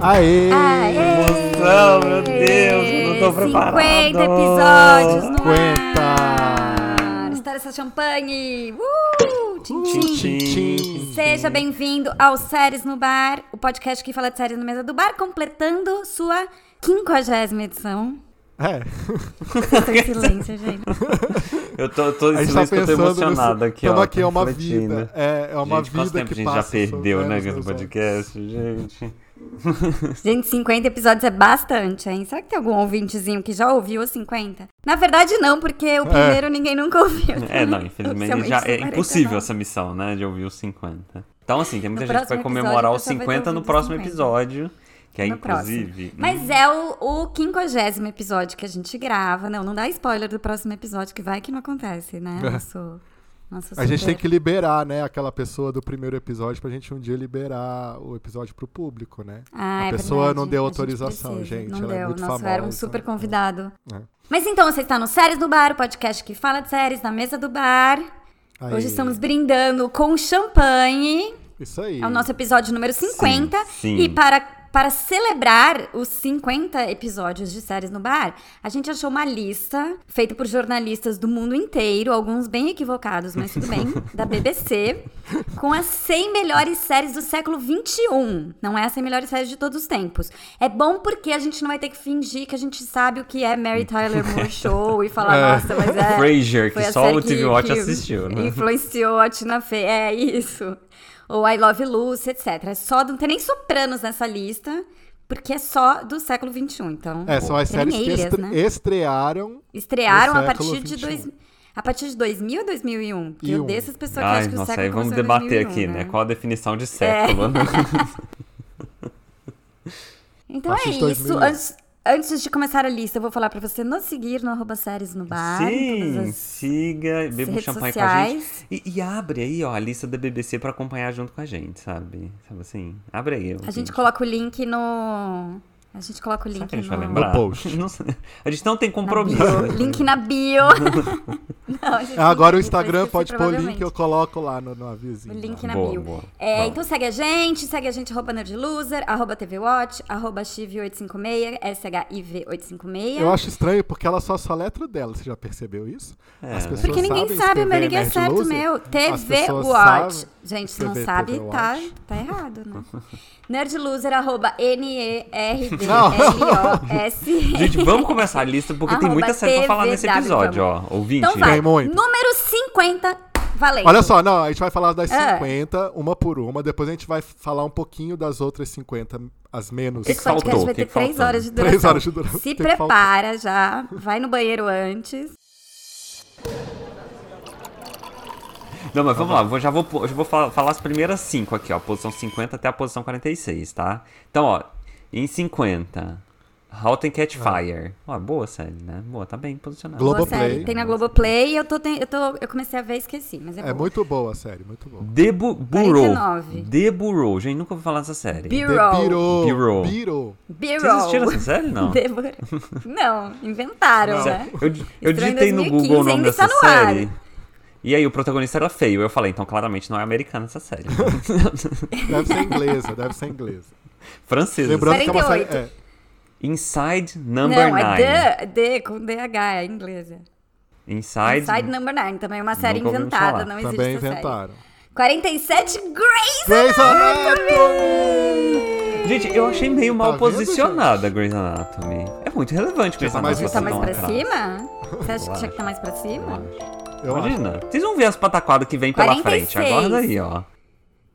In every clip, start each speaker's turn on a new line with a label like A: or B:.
A: Aê!
B: Aê!
C: Emoção, meu Deus, não tô preparado.
B: 50 episódios no
A: 50.
B: ar. Estoura essa champanhe. Uh, tchim, tchim.
C: Tchim, tchim.
B: Seja bem-vindo ao Séries no Bar, o podcast que fala de séries na mesa do bar, completando sua quinquagésima edição.
A: É,
B: Tô em silêncio, gente.
C: Eu tô, tô
A: a
C: em
A: gente tá
C: silêncio que eu tô
A: pensando
C: emocionado
A: nisso.
C: aqui, ó.
A: Tamo aqui, é
C: tô
A: uma
C: refletindo.
A: vida. É, é uma
C: gente,
A: vida
C: quanto tempo
A: que
C: a gente já
A: passa,
C: perdeu,
A: são
C: né,
A: anos,
C: com esse
A: meus
C: podcast, gente.
B: Gente, 50 episódios é bastante, hein? Será que tem algum ouvintezinho que já ouviu os 50? Na verdade, não, porque o primeiro ninguém nunca ouviu.
C: É, não, infelizmente
B: Oficialmente
C: já
B: são
C: é
B: 49.
C: impossível essa missão, né, de ouvir os 50. Então, assim, tem muita
B: No
C: gente que vai
B: próximo
C: comemorar
B: episódio,
C: os
B: a pessoa vai ter
C: 50 no
B: ouvido os
C: próximo
B: 50.
C: episódio, que é
B: No próximo.
C: inclusive...
B: Mas é o, o quinquagésimo episódio que a gente grava. Não, não dá spoiler do próximo episódio, que vai que não acontece, né? Nosso, nosso
A: A gente
B: super-
A: tem que liberar, né, aquela pessoa do primeiro episódio pra gente um dia liberar o episódio pro público, né?
B: Ah,
A: a
B: é
A: pessoa
B: verdade.
A: não deu
B: A
A: autorização,
B: precisa.
A: gente.
B: Não
A: Ela
B: deu.
A: é muito
B: Nossa,
A: famosa.
B: era um super convidado.
A: É.
B: Mas então, você está no Séries do Bar, o podcast que fala de séries na mesa do bar.
A: Aí,
B: Hoje estamos brindando com champanhe.
A: Isso aí.
B: É o nosso episódio número 50.
C: sim.
B: E para, para celebrar os 50 episódios de séries no bar, a gente achou uma lista feita por jornalistas do mundo inteiro, alguns bem equivocados, mas tudo bem, da BBC, com as 100 melhores séries do século 21. Não é as 100 melhores séries de todos os tempos. É bom porque a gente não vai ter que fingir que a gente sabe o que é Mary Tyler Moore Show e falar,
A: É.
B: nossa, mas é...
C: Frasier,
B: Foi
C: que
B: a
C: só
B: série
C: o
B: que-
C: TV Watch
B: que
C: assistiu, né?
B: Influenciou a Tina Fey, é isso. Ou I Love Lucy, etc. É só, não tem nem sopranos nessa lista, porque é só do século XXI, então.
A: É, são as séries que
B: Primeiras,
A: estre-
B: né?
A: estrearam.
B: Estrearam
A: do
B: a
A: século
B: partir de
A: 21.
B: dois, a partir de 2000 ou 2001? Que
A: E
B: eu
A: um.
B: dessas pessoas que
C: Ai,
B: acham que o
C: nossa,
B: século
C: aí vamos
B: começou em
C: debater
B: 2001,
C: aqui, né? Qual a definição de século,
B: Ah,
C: né?
B: Então
A: A partir
B: é
A: de
B: isso.
A: 2001.
B: Antes, antes de começar a lista, eu vou falar pra você nos seguir no arroba séries no bar. em
C: Sim,
B: todas as
C: siga, beba um
B: redes
C: champanhe com a gente.
B: sociais.
C: E, e abre aí, ó, a lista da BBC pra acompanhar junto com a gente, sabe? Sabe assim? Abre aí.
B: A gente coloca o link no... A gente coloca o link
C: que a gente vai
B: no-
C: lembrar?
A: No post.
C: Não sei. a gente não tem
B: Na
C: compromisso.
B: bio. Link na bio. Não, gente,
A: É, Agora o
B: não tem,
A: Instagram
B: foi
A: pode
B: esquecido,
A: pôr o link, eu
B: provavelmente.
A: coloco lá no, no avisinho. Né?
B: O link
A: lá.
B: na
C: Boa,
B: bio.
C: boa.
B: É,
C: Vamos.
B: então segue a gente, segue a gente, arroba nerdloser, arroba tvwatch, arroba chiv856, shiv856.
A: Eu acho estranho porque ela só letra dela, você já percebeu isso?
C: É.
A: pessoas
B: Porque ninguém
A: sabem
B: sabe, meu,
A: escrever
B: ninguém
A: Nerd
B: acerta o
A: Loser?
B: meu.
A: As
B: TV
A: pessoas
B: Watch.
A: sabem
B: Gente, se não
A: escrever
B: sabe,
A: TV
B: tá,
A: Watch.
B: tá errado, né? Nerdloser, arroba
C: Não.
B: N-E-R-D-L-O-S.
C: Gente, vamos começar a lista, porque tem
B: é Arroba
C: muita série pra falar
B: TVW,
C: nesse episódio, ó. Ouvinte.
B: tá Então vai,
A: Tem muito.
B: número 50, valendo.
A: Olha só, não, a gente vai falar das
B: É.
A: 50, uma por uma, depois a gente vai falar um pouquinho das outras 50, as menos.
C: Que
B: Esse podcast
C: faltou?
B: vai
C: Que
B: ter
C: que
B: três
C: faltou?
B: horas de duração.
A: Três horas de duração.
B: Se
A: Que que
B: prepara já, vai no banheiro antes.
C: Não, mas vamos lá, vou- já vou, pô- já vou fa- falar as primeiras cinco aqui, ó. Posição 50 até a posição 46, tá? Então, ó, em 50, Halt and Catch Fire. Ó, boa série, né? Boa, tá bem posicionada.
A: Globo-
B: Boa
A: Globoplay.
B: série, tem na Globoplay. Eu, tô, ten- eu, tô, eu comecei a ver e esqueci, mas é,
A: É
B: boa.
A: muito boa a série, muito boa.
C: The Bu- Bureau.
B: 49.
C: The Bureau. Gente, nunca ouvi falar dessa série.
A: The
B: Bureau.
A: Bureau.
C: Bureau.
A: Bureau.
C: Vocês
B: Bureau.
C: assistiram essa série? Não.
B: The Bureau. Não, inventaram,
A: Não.
B: né?
C: Eu, eu
B: Estreou em
C: digitei no
B: 2015,
C: Google o nome
B: ainda
C: dessa
B: está no ar.
C: série. E aí o protagonista era feio. Eu falei, então claramente não é americana essa série.
A: Deve ser inglesa, deve ser inglesa.
C: Francesa.
A: Lembrando que é uma série. é,
B: 48.
C: Inside
B: não,
C: Number 9.
B: é The, The com DH, é inglesa.
C: Inside...
B: Inside Number 9, também é uma série
C: Nunca ouvimos
B: inventada,
C: falar.
B: não existe
A: também
B: essa série.
A: inventaram.
B: 47, Grey's
A: Grey's
B: Anatomy!
C: Gente, eu achei meio mal
A: Tá vendo,
C: posicionada a Grey's Anatomy. É muito relevante Grey's
A: tá mais
C: Anatomy. então, é
A: pra
B: Você tá mais
C: tão
B: pra
C: atrás.
B: cima? Você acha
C: Eu
B: que tinha que tá mais pra cima?
A: Eu acho.
C: Imagina. Vocês vão ver as pataquadas que vem pela
B: 46.
C: frente. Aguarda aí, ó.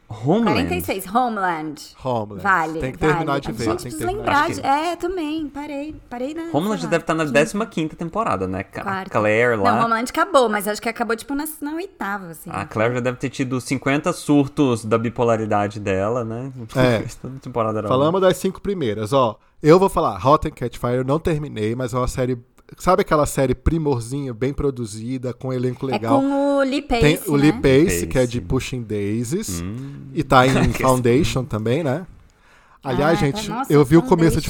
C: Homeland.
B: 46, Homeland.
A: Homeland.
B: Vale.
A: Tem que
B: vale.
A: terminar de ver.
B: Gente,
A: tem que
B: preciso
A: terminar.
B: lembrar.
C: Acho
B: de-
C: que-
B: É, também. Parei. Parei na.
C: Homeland já
B: sei lá,
C: deve estar na
B: quinta,
C: 15 temporada, né? Ca-
B: quarta.
C: Claire lá. Ah,
B: Não, Homeland acabou, mas acho que acabou, tipo, na, na oitava, assim.
C: A Claire já deve ter tido 50 surtos da bipolaridade dela, né?
A: É.
C: Toda temporada era
A: Falamos das cinco primeiras, ó. Eu vou falar, Hot and Catch Fire eu não terminei, mas é uma série. Sabe aquela série primorzinha, bem produzida, com elenco
B: é
A: legal?
B: com o Lee Pace,
A: Tem o Lee
B: né?
A: Pace,
C: Pace.
A: que é de Pushing Daisies, e tá em Foundation também, né? Aliás,
B: Ah, tá.
A: gente,
B: Nossa,
A: eu vi o começo de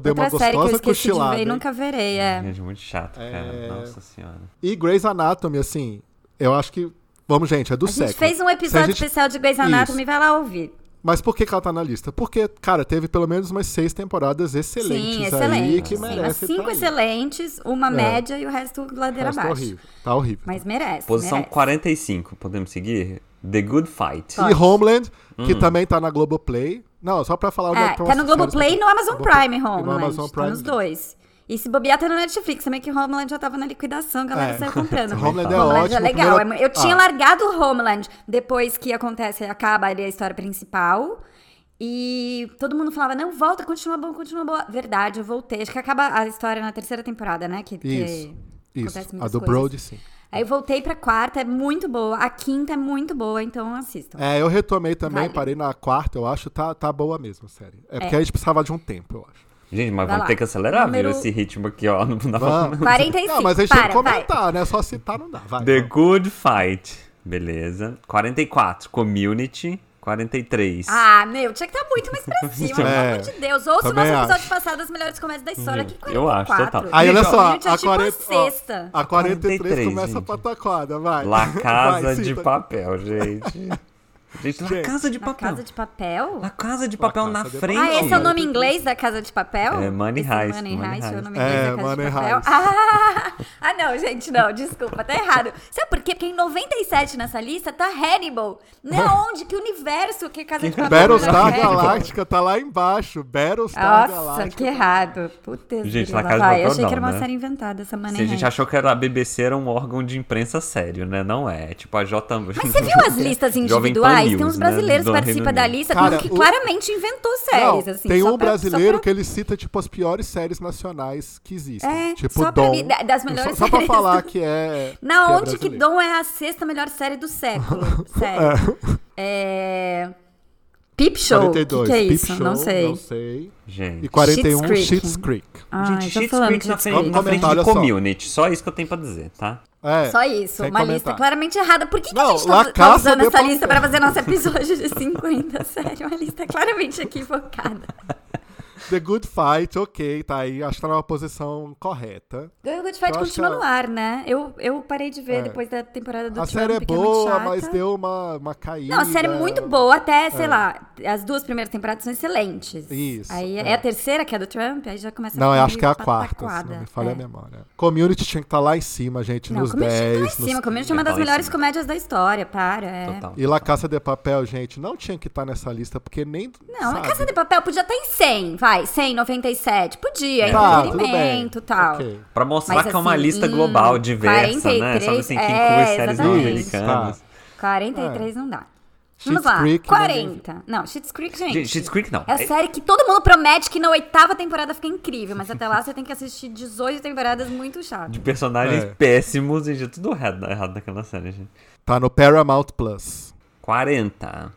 A: Foundation, deu uma
B: Outra série que eu
A: gostosa
B: esqueci
A: cochilada.
B: de ver e
A: hein?
B: nunca verei, é.
C: Gente, muito chato,
A: É.
C: cara. Nossa senhora.
A: E Grey's Anatomy, assim, eu acho que. Vamos, gente, é do
B: A gente
A: século.
B: fez um
A: Se a
B: episódio
A: gente-
B: especial de Grey's Anatomy, vai lá ouvir.
A: Mas por que, que ela tá na lista? Porque, cara, teve pelo menos umas seis temporadas excelentes,
B: Sim,
A: aí
B: excelente.
A: que
B: Sim, umas
A: merece
B: cinco
A: tá aí. É.
B: excelentes, uma média e o resto
A: O
B: ladeira
A: resto Tá
B: abaixo.
A: horrível. Tá horrível.
B: Mas merece.
C: Posição
B: merece.
C: 45, podemos seguir? The Good Fight.
A: E Homeland, que
C: Hum.
A: também tá na Globoplay. Não, só pra falar... onde
B: É,
A: que estão
B: tá no
A: as séries
B: Globoplay e no Amazon
A: Globoplay.
B: Prime,
A: E no
B: Homeland.
A: Amazon
B: Tá nos
A: Prime.
B: dois. E se bobear, tá no Netflix. Também que Homeland já tava na liquidação, a galera
A: É.
B: saiu comprando.
A: Homeland é ótimo,
B: legal.
A: primeira-
B: é mu- Eu tinha
A: Ah.
B: largado Homeland depois que acontece, acaba ali a história principal. E todo mundo falava, não, volta, continua bom, continua boa. Verdade, eu voltei. Acho que acaba a história na terceira temporada, né? Que, que
A: Isso, isso.
B: acontece
A: A
B: muitas
A: do
B: coisas.
A: Brody, sim.
B: Aí eu voltei pra quarta, é muito boa. A quinta é muito boa, então assistam.
A: É, eu retomei também,
B: Vale.
A: parei na quarta, eu acho. Tá, tá boa mesmo, a série. É porque a gente precisava de um tempo, eu acho.
C: Gente,
B: Vai
C: mas vamos
B: lá.
C: ter que acelerar,
B: Número-
C: viu, esse ritmo aqui, ó. Não dá pra-
A: Vamos.
B: 45,
A: Não, mas a gente
B: para,
A: tem que comentar, né? Só citar não dá, vai.
C: The
A: vamos.
C: Good Fight. Beleza. 44, Community. 43.
B: Ah, meu, tinha que estar muito mais pra cima, pelo
A: É,
B: amor de Deus. Ouça o
A: também
B: nosso episódio
A: acho.
B: passado das melhores comédias da história, que 44.
C: Eu acho, total.
A: Aí, olha
C: Gente,
A: só,
B: Gente, é
A: a,
B: tipo
A: 40, ó,
B: sexta.
A: a 43,
C: 43,
A: começa
C: gente.
A: a pataquada, vai.
C: La Casa
A: Vai,
C: de
A: cita.
C: Papel, gente. Gente, La
A: Gente.
C: Casa de
B: Na
C: Papel.
B: Casa de Papel?
C: La Casa de Papel
A: Casa
C: na
A: de Papel.
C: frente.
B: Ah, esse é o
A: Não,
B: nome em inglês da Casa de Papel?
C: É, Money
B: Esse
C: Heist,
B: Money
C: Money
B: Heist, é o
C: Heist.
B: nome em inglês
A: É,
B: da Casa
A: Money
B: de Papel.
A: Heist.
B: Ah, ah, não, gente, não, desculpa, tá errado. Sabe por quê? Porque em 97 nessa lista tá Hannibal. Não, é onde? Que universo que Casa de Papel era
A: Battlestar
B: Hannibal?
A: Galáctica tá lá embaixo. Battlestar
B: Nossa,
A: Galáctica.
B: que errado. Puta
C: Gente,
B: grila,
C: La Casa de
B: vai. Eu
C: Papel
B: achei que era
C: não,
B: uma
C: né?
B: série inventada, essa Money
C: Se a gente
B: Heist.
C: achou que era a BBC era um órgão de imprensa sério, né? Não é. É Tipo a J.
B: Mas você viu as listas
C: Jovem Pan
B: individuais?
C: News,
B: tem uns
C: né,
B: brasileiros
C: do
B: que
C: Reino
B: participam da
C: Unido.
B: lista um
A: Cara,
B: que
A: o-
B: claramente inventou séries.
A: Não,
B: assim,
A: tem
B: só
A: um
B: pra- só
A: brasileiro
B: pra-
A: que ele cita, tipo, as piores séries nacionais que existem.
B: É,
A: tipo,
B: só pra
A: Dom.
B: mim- da- das melhores
A: só, só pra
B: séries.
A: falar que é.
B: Na
A: que é
B: onde que
A: brasileiro. É,
B: Dom é a sexta melhor série do século? Sério. É. Peep Show. O que,
A: 42.
B: que é
A: Peep
B: isso?
A: Show,
B: não sei.
A: Não sei.
C: Gente.
A: E 41,
B: Creek.
A: Schitt's Creek.
B: Ah,
C: Gente,
B: tô
C: Shit's
B: falando
C: Creek na
B: Schitt's
C: frente,
A: Creek.
C: na frente
A: Olha
C: de
A: só.
C: Community. Só isso que eu tenho pra dizer, tá?
A: É,
B: Ah, Só isso,
A: sem
B: uma lista
A: comentar.
B: claramente errada. Por que, que a
A: Não,
B: gente tá,
A: La
B: tá
A: Casa
B: usando
A: de
B: essa
A: Papel.
B: lista pra fazer nosso episódio de 50? Sério, uma lista claramente equivocada.
A: The Good Fight, ok, tá aí. Acho que tá numa posição correta.
B: Ganho Good Fight
A: Eu acho
B: continua
A: que ela-
B: no ar, né? Eu, eu parei de ver
A: É.
B: depois da temporada do
A: A
B: Trump,
A: série é
B: que muito
A: boa,
B: chata.
A: mas deu uma, uma caída.
B: Não, a série é muito boa, até, sei lá, as duas primeiras temporadas são excelentes.
A: É. Isso,
B: Aí é,
A: é.
B: a terceira que é do Trump, aí já começa
A: Não,
B: ficar
A: eu acho que é a
B: tá meio
A: quarta, se
B: pataquada.
A: não me falha
B: É.
A: a memória. Community tinha que estar lá em cima, gente,
B: Não,
A: nos
B: Community tá
A: 10.
B: lá em
A: nos
B: cima. Community é uma
C: É,
B: das
C: tá lá em
B: melhores
C: cima.
B: comédias da história, para. é.
C: Total.
A: E La Caça de Papel, gente, não tinha que estar nessa lista, porque nem.
B: Não,
A: sabe?
B: a Casa de Papel podia estar em 100, vai, 100, 97. Podia,
A: Tá, tudo bem.
B: é entretenimento e tal.
A: Ok.
C: Pra mostrar
B: Mas,
C: que é uma
B: assim,
C: lista
B: hum,
C: global, diversa, né?
B: 43,
C: Sabe assim, que inclui
B: é,
C: séries
B: exatamente.
C: norte-americanas.
A: Tá.
B: 43 não dá.
A: É. Schitt's
B: Vamos lá,
A: Creek, né,
B: 40. Não, Schitt's Creek, gente.
C: Gente, Schitt's Creek não.
B: É a série que todo mundo promete que na oitava temporada fica incrível, mas até lá você tem que assistir 18 temporadas muito chato.
C: De personagens
A: É.
C: péssimos e de tudo errado, errado naquela série, gente.
A: Tá no Paramount Plus.
C: 40.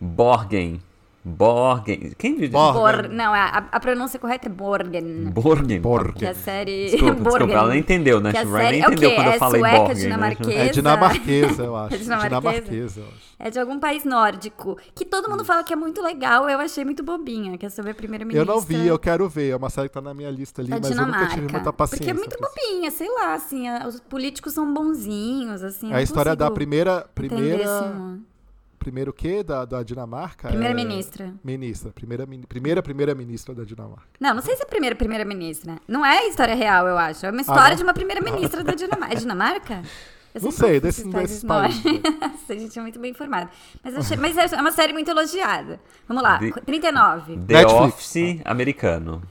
C: Borgen. Borgen. Quem viu?
A: Bor-
B: Bor... Não, a, a pronúncia correta é Borgen.
C: Borgen.
A: Borgen.
B: Que é a série.
C: Desculpa, desculpa,
B: Borgen.
C: ela não entendeu, né?
B: Que a
C: Ryan nem
B: série é o
C: entendeu
B: quê?
C: quando eu
B: É
C: falei
B: sueca,
C: Borgen. né?
B: dinamarquesa?
A: É
B: Exato.
A: dinamarquesa, eu acho.
B: É dinamarquesa?
A: dinamarquesa, eu acho.
B: É de algum país nórdico. Que todo mundo fala que é muito legal, eu achei muito bobinha, que é sobre a
A: Hum. Eu
B: primeira-ministra.
A: não vi, eu quero ver. É uma série que tá na minha lista ali,
B: Da
A: mas
B: Dinamarca.
A: eu nunca tive muita
B: Porque
A: paciência.
B: é muito
A: pra
B: bobinha, sei lá, assim, a- os políticos são bonzinhos, assim.
A: É a história da
B: primeira.
A: primeira.
B: Entender esse
A: Primeira.
B: humor.
A: Primeiro o quê? Da, da Dinamarca?
B: Primeira-ministra.
A: É, ministra. Primeira, mini- primeira primeira-ministra da Dinamarca.
B: Não, não sei se é a primeira primeira-ministra. Não é história real, eu acho. É uma história
A: Ah, não?
B: de uma primeira-ministra da Dinamarca. É Dinamarca? Eu um
A: Não
B: sempre
A: sei,
B: confundo
A: desse-
B: esses países
A: desses países.
B: nórdicos. a gente é muito bem informada. Mas, eu achei- mas é uma série muito elogiada. Vamos lá,
C: De-
B: 39.
C: The
A: Netflix.
C: Office americano.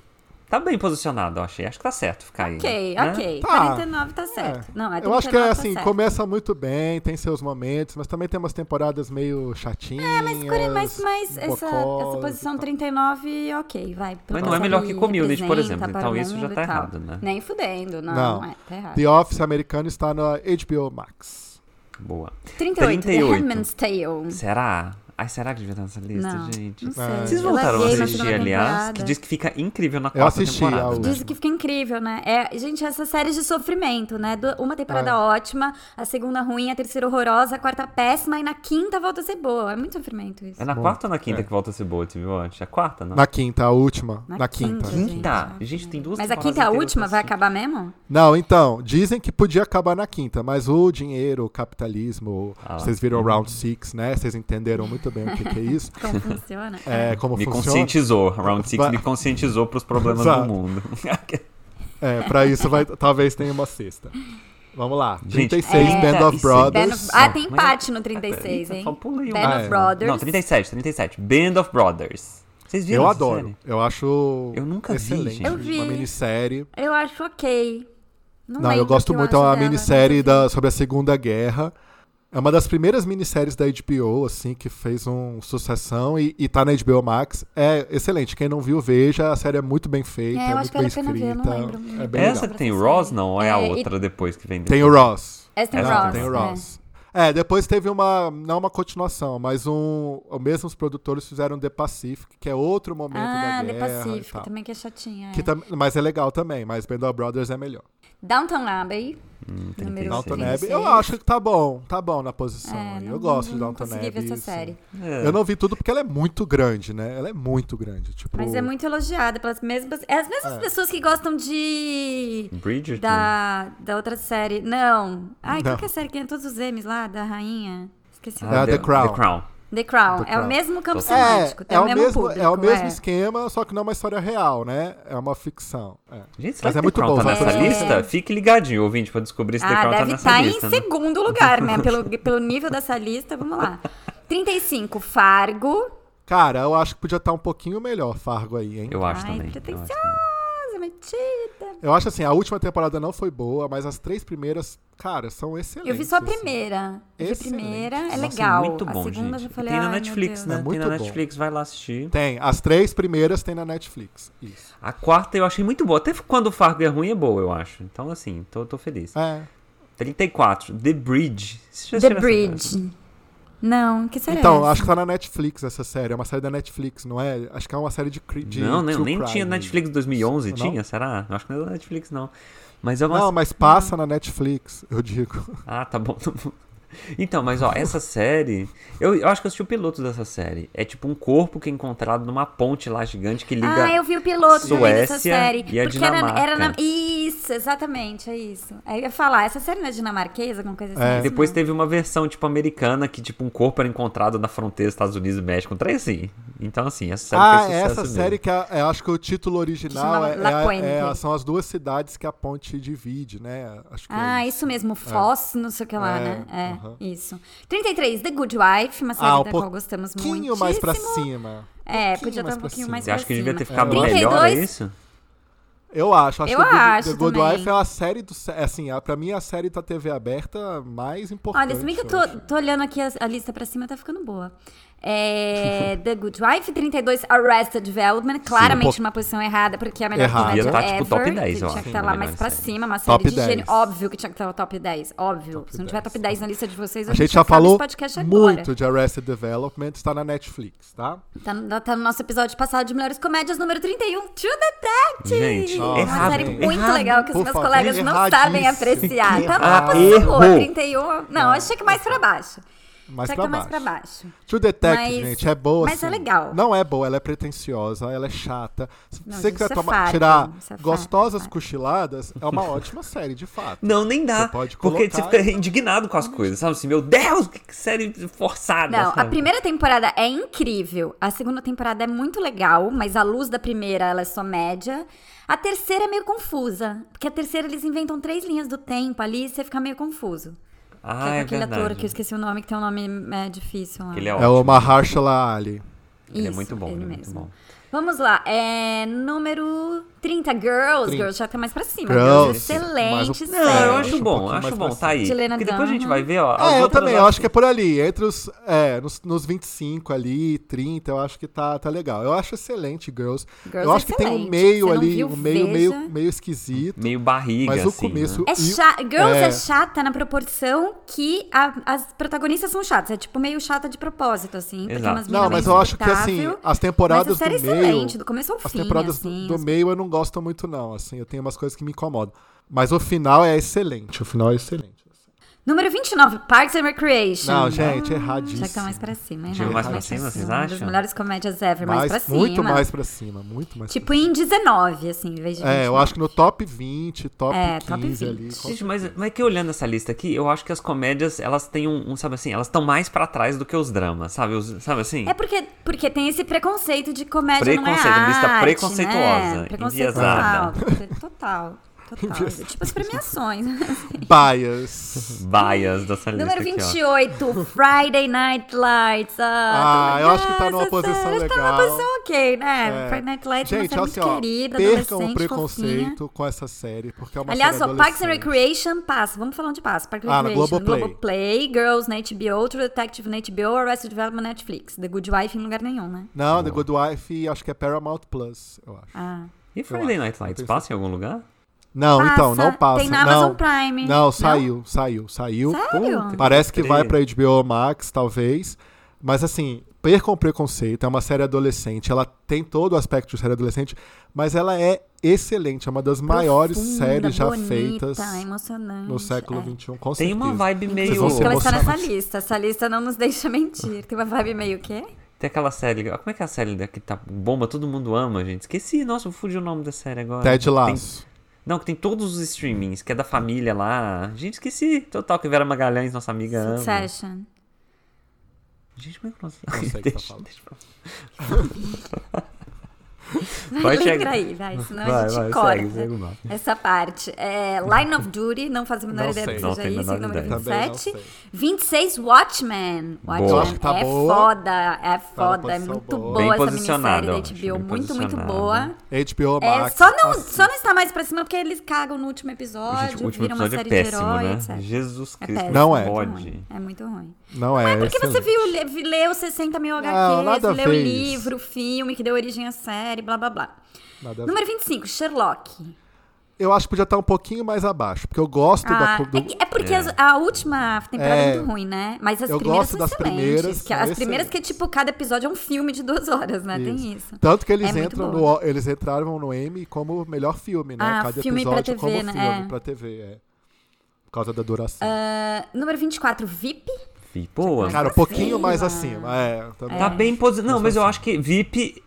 C: Tá bem posicionado, eu achei. Acho que tá certo ficar aí.
B: Ok,
C: né?
B: ok.
A: Tá.
B: 49 tá certo. Não, é
A: eu acho que
B: 39
A: é
B: tá
A: assim,
B: certo.
A: começa muito bem, tem seus momentos, mas também tem umas temporadas meio chatinhas. É,
B: Mas, Cori, mas, mas essa, essa posição 39, ok, vai.
C: Mas não é melhor que Community, por exemplo,
B: representa
C: então
B: para o
C: isso já
B: mundo
C: tá
B: e tal.
C: errado, né?
B: Nem fudendo, não,
A: Não.
B: não, é, tá errado.
A: The Office americano está na HBO Max.
C: Boa.
B: 38, The
C: 38.
B: Handmaid's Tale.
C: Será? Ai, será que devia estar nessa lista,
B: Não,
C: gente?
B: não sei.
C: Vocês
B: Eu
C: voltaram a
B: larguei na
C: assistir,
B: segunda
C: aliás,
B: temporada.
C: que diz que fica incrível na
A: Eu
C: quarta
A: assisti
C: temporada.
A: ao-
C: né?
B: Diz que fica incrível, né? É, gente, essa série de sofrimento, né? Du- Uma temporada
A: É.
B: ótima, a segunda ruim, a terceira horrorosa, a quarta péssima e na quinta volta a ser boa. É muito sofrimento isso.
C: É na quarta ou na quinta que volta a ser boa, te viu antes? É a quarta, não?
A: Na quinta, a última. Na,
B: Na
A: quinta.
B: quinta.
C: Quinta?
B: Gente, né?
C: Gente, tem duas
B: Mas a
C: temporadas
B: quinta é a
C: inteiras
B: última,
C: pra
B: vai
C: assistir.
B: acabar mesmo?
A: Não, então, dizem que podia acabar na quinta, mas o dinheiro, o capitalismo,
C: Ah lá. Uhum.
A: vocês viram o Round Six, né? Vocês entenderam muito muito bem o que, que é isso.
B: Como funciona?
A: É, como
C: Me
A: funciona.
C: conscientizou. Round 6
A: Vai-
C: me conscientizou pros problemas
A: Exato.
C: do mundo.
A: É, pra isso vai, talvez tenha uma cesta. Vamos lá.
C: Gente,
A: 36,
C: é,
A: Band of
C: isso,
B: Band
A: Brothers.
B: of- Ah, tem
C: Mas-
B: empate no 36,
C: Eita,
B: hein?
C: só pulei um.
B: Band
A: Ah,
B: of
A: é.
B: Brothers.
C: Não, 37, 37. Band of Brothers. Vocês viram?
A: Eu
C: essa
A: adoro.
C: série?
A: Eu acho.
C: Eu nunca vi,
A: excelente.
C: gente. Eu
B: vi.
A: Uma minissérie.
B: Eu acho ok. Não,
A: Não,
B: lembro
A: eu
B: o
A: gosto
B: que
A: muito.
B: acho
A: É uma
B: dela,
A: minissérie
B: mas
A: da, sobre a Segunda Guerra. É uma das primeiras minisséries da HBO, assim, que fez um sucessão e, e tá na HBO Max. É excelente. Quem não viu, veja. A série é muito bem feita,
B: É, eu acho
A: muito
B: que
A: bem
B: vale a pena
A: escrita.
B: ver, eu não lembro.
A: É bem
C: Essa
A: legal.
B: legal.
C: tem o Ross, não? Ou é, a
B: É, e-
C: outra depois que vem depois?
A: Tem o Ross.
B: Essa tem
C: Essa
A: Não,
B: Ross.
A: tem o
B: é.
A: Ross. É. depois teve uma. Não uma continuação, mas um. Os mesmos produtores fizeram The Pacific, que é outro momento
B: Ah,
A: da
B: The
A: guerra. e
B: Pacific,
A: tal.
B: também que é chatinha.
A: Que
B: é.
A: tam- mas é legal também, mas Band of Brothers é melhor.
B: Downtown Abbey. número
C: 36.
A: Hum, Downton
C: Downton
B: 36.
A: Abbey, eu acho que tá bom, tá bom na posição
B: É,
A: aí.
B: não-
A: eu gosto de
B: não
A: Downton
B: consegui
A: Abbey.
B: ver essa
A: sim.
B: série.
C: É.
A: Eu não vi tudo porque ela é muito grande, né? Ela é muito grande, tipo...
B: Mas é muito elogiada pelas mesmas. É as mesmas pessoas que gostam de.
C: Bridgerton?
B: Da, da outra série. Não. Ai,
A: Não.
B: qual que é a série que tem todos os M's lá? Da rainha? Esqueci
C: um
B: o
A: Ah,
B: nome.
A: The Crown.
C: The Crown.
B: The Crown.
A: The
B: é
A: Crown.
B: o mesmo campo
C: Total.
B: semântico. tem
A: é,
B: o
A: o
B: mesmo
A: mesmo,
B: público.
A: é o mesmo
B: é.
A: esquema, só que não é uma história real, né? É uma ficção. é.
C: Gente, será
A: Mas
C: que
A: é muito
C: The
A: bom.
C: Crown tá
A: os
C: nessa
A: atores
B: É.
A: são-
C: lista? Fique ligadinho, ouvinte, pra descobrir se The
B: Ah,
C: Crown tá
B: deve
C: nessa
B: estar em
C: lista. né?
B: segundo lugar, né? Pelo, pelo nível dessa lista, vamos lá. 35, Fargo.
A: Cara, eu acho que podia estar um pouquinho melhor Fargo aí, hein?
C: Eu acho
B: Ai,
C: também. eu acho
B: pretensiosa,
C: também.
B: metida.
A: Eu acho assim, a última temporada não foi boa, mas as três primeiras, cara, são excelentes.
B: Eu vi só a
A: assim.
B: primeira. Eu vi a
A: Excelente.
B: primeira, é
C: é Nossa,
B: legal.
C: muito bom,
B: a segunda
C: gente.
B: eu já falei,
C: Tem na
B: ai, meu
C: Netflix,
B: Deus.
C: né?
A: É
C: Tem
A: muito
C: na
A: bom.
C: Netflix, vai lá assistir.
A: Tem, as três primeiras tem na Netflix. Isso.
C: A quarta eu achei muito boa. Até quando o Fargo é ruim, é boa, eu acho. Então, assim, tô, tô feliz.
A: É.
C: 34, The Bridge. Vocês já
B: The
C: assistiram essa?
B: Bridge. Não, que série
A: Então,
B: é
A: acho que tá na Netflix essa série. É uma série da Netflix, não é? Acho que é uma série de, cri- de
C: não, nem,
A: true
C: nem
A: crime.
C: tinha Netflix 2011,
A: Não?
C: tinha? Será? Eu Acho que não é da Netflix, não. Mas é uma.
A: Não, mas passa na Netflix, eu digo.
C: Ah, tá bom. tá bom. Então, mas ó, essa série. Eu, eu acho que eu assisti o piloto dessa série. É tipo um corpo que é encontrado numa ponte lá gigante que liga.
B: Ah, eu vi o piloto também dessa
C: Suécia
B: série.
C: e a
B: porque era, era na.
C: Dinamarca.
B: Isso, exatamente, é isso. Aí eu ia falar, essa série não é dinamarquesa, alguma coisa assim?
A: É.
B: É isso
C: Depois
B: mesmo.
C: teve uma versão, tipo, americana, que, tipo, um corpo era encontrado na fronteira dos Estados Unidos e México. Um trem assim. Então, assim, essa série
A: Ah,
C: fez
A: é
C: sucesso
A: essa
C: mesmo.
A: série que a- eu acho que o título original
B: chama
A: é,
B: La
A: é a- é a-
B: Puente.
A: são as duas cidades que a ponte divide, né? Acho que
B: Ah,
A: é
B: isso mesmo, Foss, não sei o que lá,
A: É,
B: né? É,
A: aham.
B: isso. 33, The Good Wife, uma série
A: Ah, um
B: da qual gostamos
A: pouquinho
B: muito.
A: mais pra cima.
B: É,
A: pouquinho
B: podia
A: mais
B: estar um
A: pra
B: pouquinho
A: cima.
B: mais
C: Você
B: pra
C: acha que
B: cima.
C: devia ter ficado
A: É.
C: melhor, é
B: 32?
C: isso?
A: Eu acho. acho
B: Eu
A: que o Good-
B: acho
A: The Good
B: também.
A: Wife é a série do. é Assim, a, pra mim é a série da TV aberta mais importante.
B: Olha, se bem que eu
A: eu
B: tô,
A: acho.
B: tô olhando aqui a, a lista pra cima, tá ficando boa. É, The Good Wife, 32, Arrested Development, claramente
A: um pouco-
B: numa posição errada, porque é a melhor
A: Errado.
B: comédia
A: Devia tá,
C: tipo,
B: ever,
C: top 10,
B: que
C: eu
B: tinha
C: acho,
B: que estar
C: na
B: lá
C: melhor
B: mais pra
C: série.
B: cima, uma série
A: é. Top
B: de gênio,
A: 10.
B: óbvio que tinha que estar no top 10, óbvio. se não tiver
A: 10.
B: top 10 na lista de vocês,
A: A gente já
B: acaba
A: falou
B: esse podcast é agora.
A: muito de Arrested Development, está na Netflix, tá?
B: Tá, no- tá no nosso episódio passado de Melhores Comédias, número 31, To The Tactics.
C: Gente,
B: Uma
A: errado,
B: série
A: hein?
B: muito
C: Errado.
B: legal que os
A: Por
B: meus
A: favor,
B: colegas não sabem
A: erradíssimo.
B: apreciar. Tá
A: Ah,
B: lá pra você
C: errou.
B: 31. Não, achei que mais pra baixo.
A: Mais
B: Achei
A: pra
B: que mais
A: baixo.
B: pra baixo.
A: True Detective,
B: Mas-
A: gente, é boa.
B: mas é
A: assim.
B: legal.
A: Não é boa, ela é pretensiosa, ela é chata. Se
B: Não,
A: você
B: gente,
A: quiser
B: isso é
A: tomar,
B: fato,
A: tirar
B: isso é fato,
A: gostosas
B: fato.
A: cochiladas, é uma ótima série, de fato.
C: Não, nem dá.
A: Você pode
C: porque você
A: colocar
C: fica indignado com as coisas, sabe? Assim, meu Deus, que série forçada.
B: Não, a
C: sabe?
B: primeira temporada é incrível. A segunda temporada é muito legal, mas a luz da primeira ela é só média. A terceira é meio confusa. Porque a terceira eles inventam três linhas do tempo ali e você fica meio confuso.
C: Ah,
B: Que é com
C: é
B: aquele
C: verdade.
B: ator que eu esqueci o nome, que tem um nome é, difícil lá.
C: Ele é
A: É
C: ótimo.
A: o Mahershala Ali.
C: Ele é
B: Isso,
C: muito bom, ele é muito bom.
B: Vamos lá, é número 30, Girls.
A: 30.
B: Girls já tá mais pra cima.
A: Girls.
B: Girls,
A: Mas
B: excelente
A: o-
B: série.
C: Não, eu
A: É,
C: acho
A: um
C: bom,
A: pouquinho
C: acho
A: mais
C: bom,
A: pra
C: tá
A: cima.
C: aí.
B: Helena
C: Porque depois a gente
B: Dunham.
C: vai ver, ó. as
A: É, eu
C: outras
A: também, eu
C: acho
A: acho que é por ali, entre os, é, nos, nos 25 ali, 30, eu acho que tá, tá legal. Eu acho excelente Girls.
B: Girls
A: eu acho
B: é
A: que tem um
B: excelente.
A: meio
B: Você não
A: ali,
B: viu,
A: um meio, meio,
B: veja.
A: meio esquisito,
C: meio barriga,
A: mas o
C: assim.
A: começo...
C: né?
B: É
A: e-
B: cha- Girls é.
A: é.
B: chata na proporção que a- as protagonistas são chatas. É tipo meio chata de propósito, assim. porque
C: Exato.
B: umas
A: Não,
B: meninas
A: mas
B: meio
A: eu acho que assim,
B: insuportável.
A: as temporadas
B: Mas a série
A: do
B: é
A: meio,
B: excelente, do começo ao
A: as
B: fim,
A: temporadas do-
B: assim,
A: do
B: as-
A: meio eu não gosto muito não, assim, eu tenho umas coisas que me incomodam. Mas o final é excelente, o final é excelente.
B: Número 29, Parks and Recreation.
A: Não, gente, erradíssimo.
B: Já que tá mais pra cima, hein?
C: Tinha
B: Renato?
A: mais pra
C: cima, vocês
B: Uma das
C: acham?
B: melhores comédias ever, mais,
A: Mais-
B: pra cima.
A: muito mais pra cima, muito mais
B: Tipo
A: pra cima.
B: em 19, assim, em vez de
A: É,
B: 29.
A: eu acho que no top 20, top
B: É,
A: 15
B: top
A: ali.
B: 20.
A: com-
C: Gente, mas, mas é que olhando essa lista aqui, eu acho que as comédias, elas têm um, um, sabe assim, elas estão mais pra trás do que os dramas, sabe? Os- sabe assim?
B: É porque, porque tem esse preconceito de comédia
C: Preconceito,
B: não é
C: uma
B: arte,
C: lista
B: né?
C: preconceituosa,
B: Preconceito total.
C: enviesada.
B: Total. total.
A: Enviesada.
B: tipo as premiações.
A: Bias.
C: Baias dessa lista
B: Número
C: aqui,
B: 28, Friday Night Lights.
A: Ah,
B: tô
A: eu acho que tá numa
B: nessa,
A: posição
B: sério, Tá
A: legal.
B: numa posição ok, né?
A: É.
B: Friday Night Lights é uma
A: Gente,
B: série
A: assim,
B: muito
A: ó,
B: querida,
A: percam o
B: adolescente,
A: preconceito
B: fofinha.
A: com essa série, porque é uma
B: Aliás,
A: série
B: ó, Parks and
A: adolescente.
B: Recreation passa. Vamos falar onde passa. Parks and
A: Ah, na
B: Recreation,
A: Globoplay.
B: Globoplay, Girls na HBO, True Detective na HBO, Arrested Development na Netflix. The Good Wife em lugar nenhum, né?
A: Não, The Good Wife, acho que é Paramount Plus, eu acho.
B: Ah.
C: ó. E Friday Night Lights, passa em algum lugar?
A: Não,
B: Passa.
A: então, não passa.
B: Tem na
A: não.
B: Amazon Prime.
A: Não, saiu, saiu, saiu.
B: Sério?
A: Puta, Parece que vai pra
C: treta.
A: HBO Max, talvez. Mas assim, percam o preconceito, é uma série adolescente. Ela tem todo o aspecto de série adolescente, mas ela é excelente, é uma das maiores
B: Profunda,
A: séries já
B: bonita, É.
A: feitas
B: emocionante.
A: no século um. XXI, com
C: Tem
A: certeza.
C: uma vibe
B: É.
A: Vocês
C: meio...
A: vão se
B: Inclusive, ela está nessa
A: emocionar.
B: lista. Essa lista não nos deixa mentir. Tem uma vibe meio o quê?
C: Tem aquela série. Como é que é a série da- que tá bomba, todo mundo ama, gente? Esqueci, nossa, fugiu o nome da série agora.
A: Ted
C: né? Tem-
A: Lasso.
C: não, que tem todos os streamings, que é da família lá. Gente, esqueci. Total, que Vera Magalhães, nossa amiga, ama.
B: Succession.
C: Gente, como é que nós...
A: sei o que tá
C: deixa,
A: falando.
C: deixa pra...
B: Vai Lembra
C: Vai, chega.
B: aí, vai. Senão a
C: Vai,
B: gente
C: vai,
B: corta
C: segue, segue o mapa.
B: essa parte. É, Line of Duty, não faz a menor
A: Não
B: ideia do
A: sei.
B: que
A: Não
B: seja
C: tenho a
B: isso.
C: menor
B: Número
C: ideia.
A: Também não
B: 27.
A: sei.
B: 26, Watchmen.
C: Eu
A: acho
B: Watchmen
A: que tá
B: é
A: boa. Tá
B: foda, é foda, é
A: posição
B: muito
A: boa.
B: boa,
C: Bem
B: essa
C: posicionada,
B: minissérie
C: eu
B: da
C: acho,
B: HBO.
C: bem
B: Muito, muito
C: posicionada.
B: boa.
A: HBO
B: É,
A: Max.
B: só não,
A: assim.
B: só não está mais pra cima porque eles cagam no último episódio,
C: Gente, o último
B: viram uma
C: episódio é
B: série
C: péssimo,
B: de herói,
C: né?
B: etc.
C: Jesus
B: É
C: Cristo,
B: péssimo,
A: Não
B: é
A: é.
B: muito
C: pode.
B: ruim, É muito ruim.
A: Não é.
B: Porque você
A: excelente.
B: viu, le- vi- leu 60 mil HQs,
A: Não, nada a
B: leu o
A: ver
B: livro, o filme que deu origem à série, blá blá blá.
A: Nada a ver.
B: Número 25, Sherlock.
A: Eu acho que podia estar um pouquinho mais abaixo, porque eu gosto
B: Ah,
A: da.
B: é,
A: Do...
B: que- é porque
C: É.
B: as- a última temporada é.
A: É.
B: muito ruim, né? Mas as
A: Eu
B: primeiras
A: gosto
B: são
A: das
B: excelentes.
A: primeiras,
B: que
A: são
B: as primeiras que, tipo, cada episódio é um filme de duas horas, né? Tem isso.
A: Tanto que eles
B: É muito
A: entram
B: boa.
A: no. Eles entraram no M como melhor filme, né?
B: Ah,
A: Cada
B: filme pra
A: episódio
B: TV,
A: como
B: né?
A: filme
B: É.
A: pra TV, é. Por causa da duração.
B: Ah, número 24, VIP.
C: Fih, Boa.
A: Cara, um
B: Nossa,
A: pouquinho
B: sim,
A: mais
B: mano.
A: acima. É, também.
C: Tá bem posicionado. Não, mas eu acho que VIP.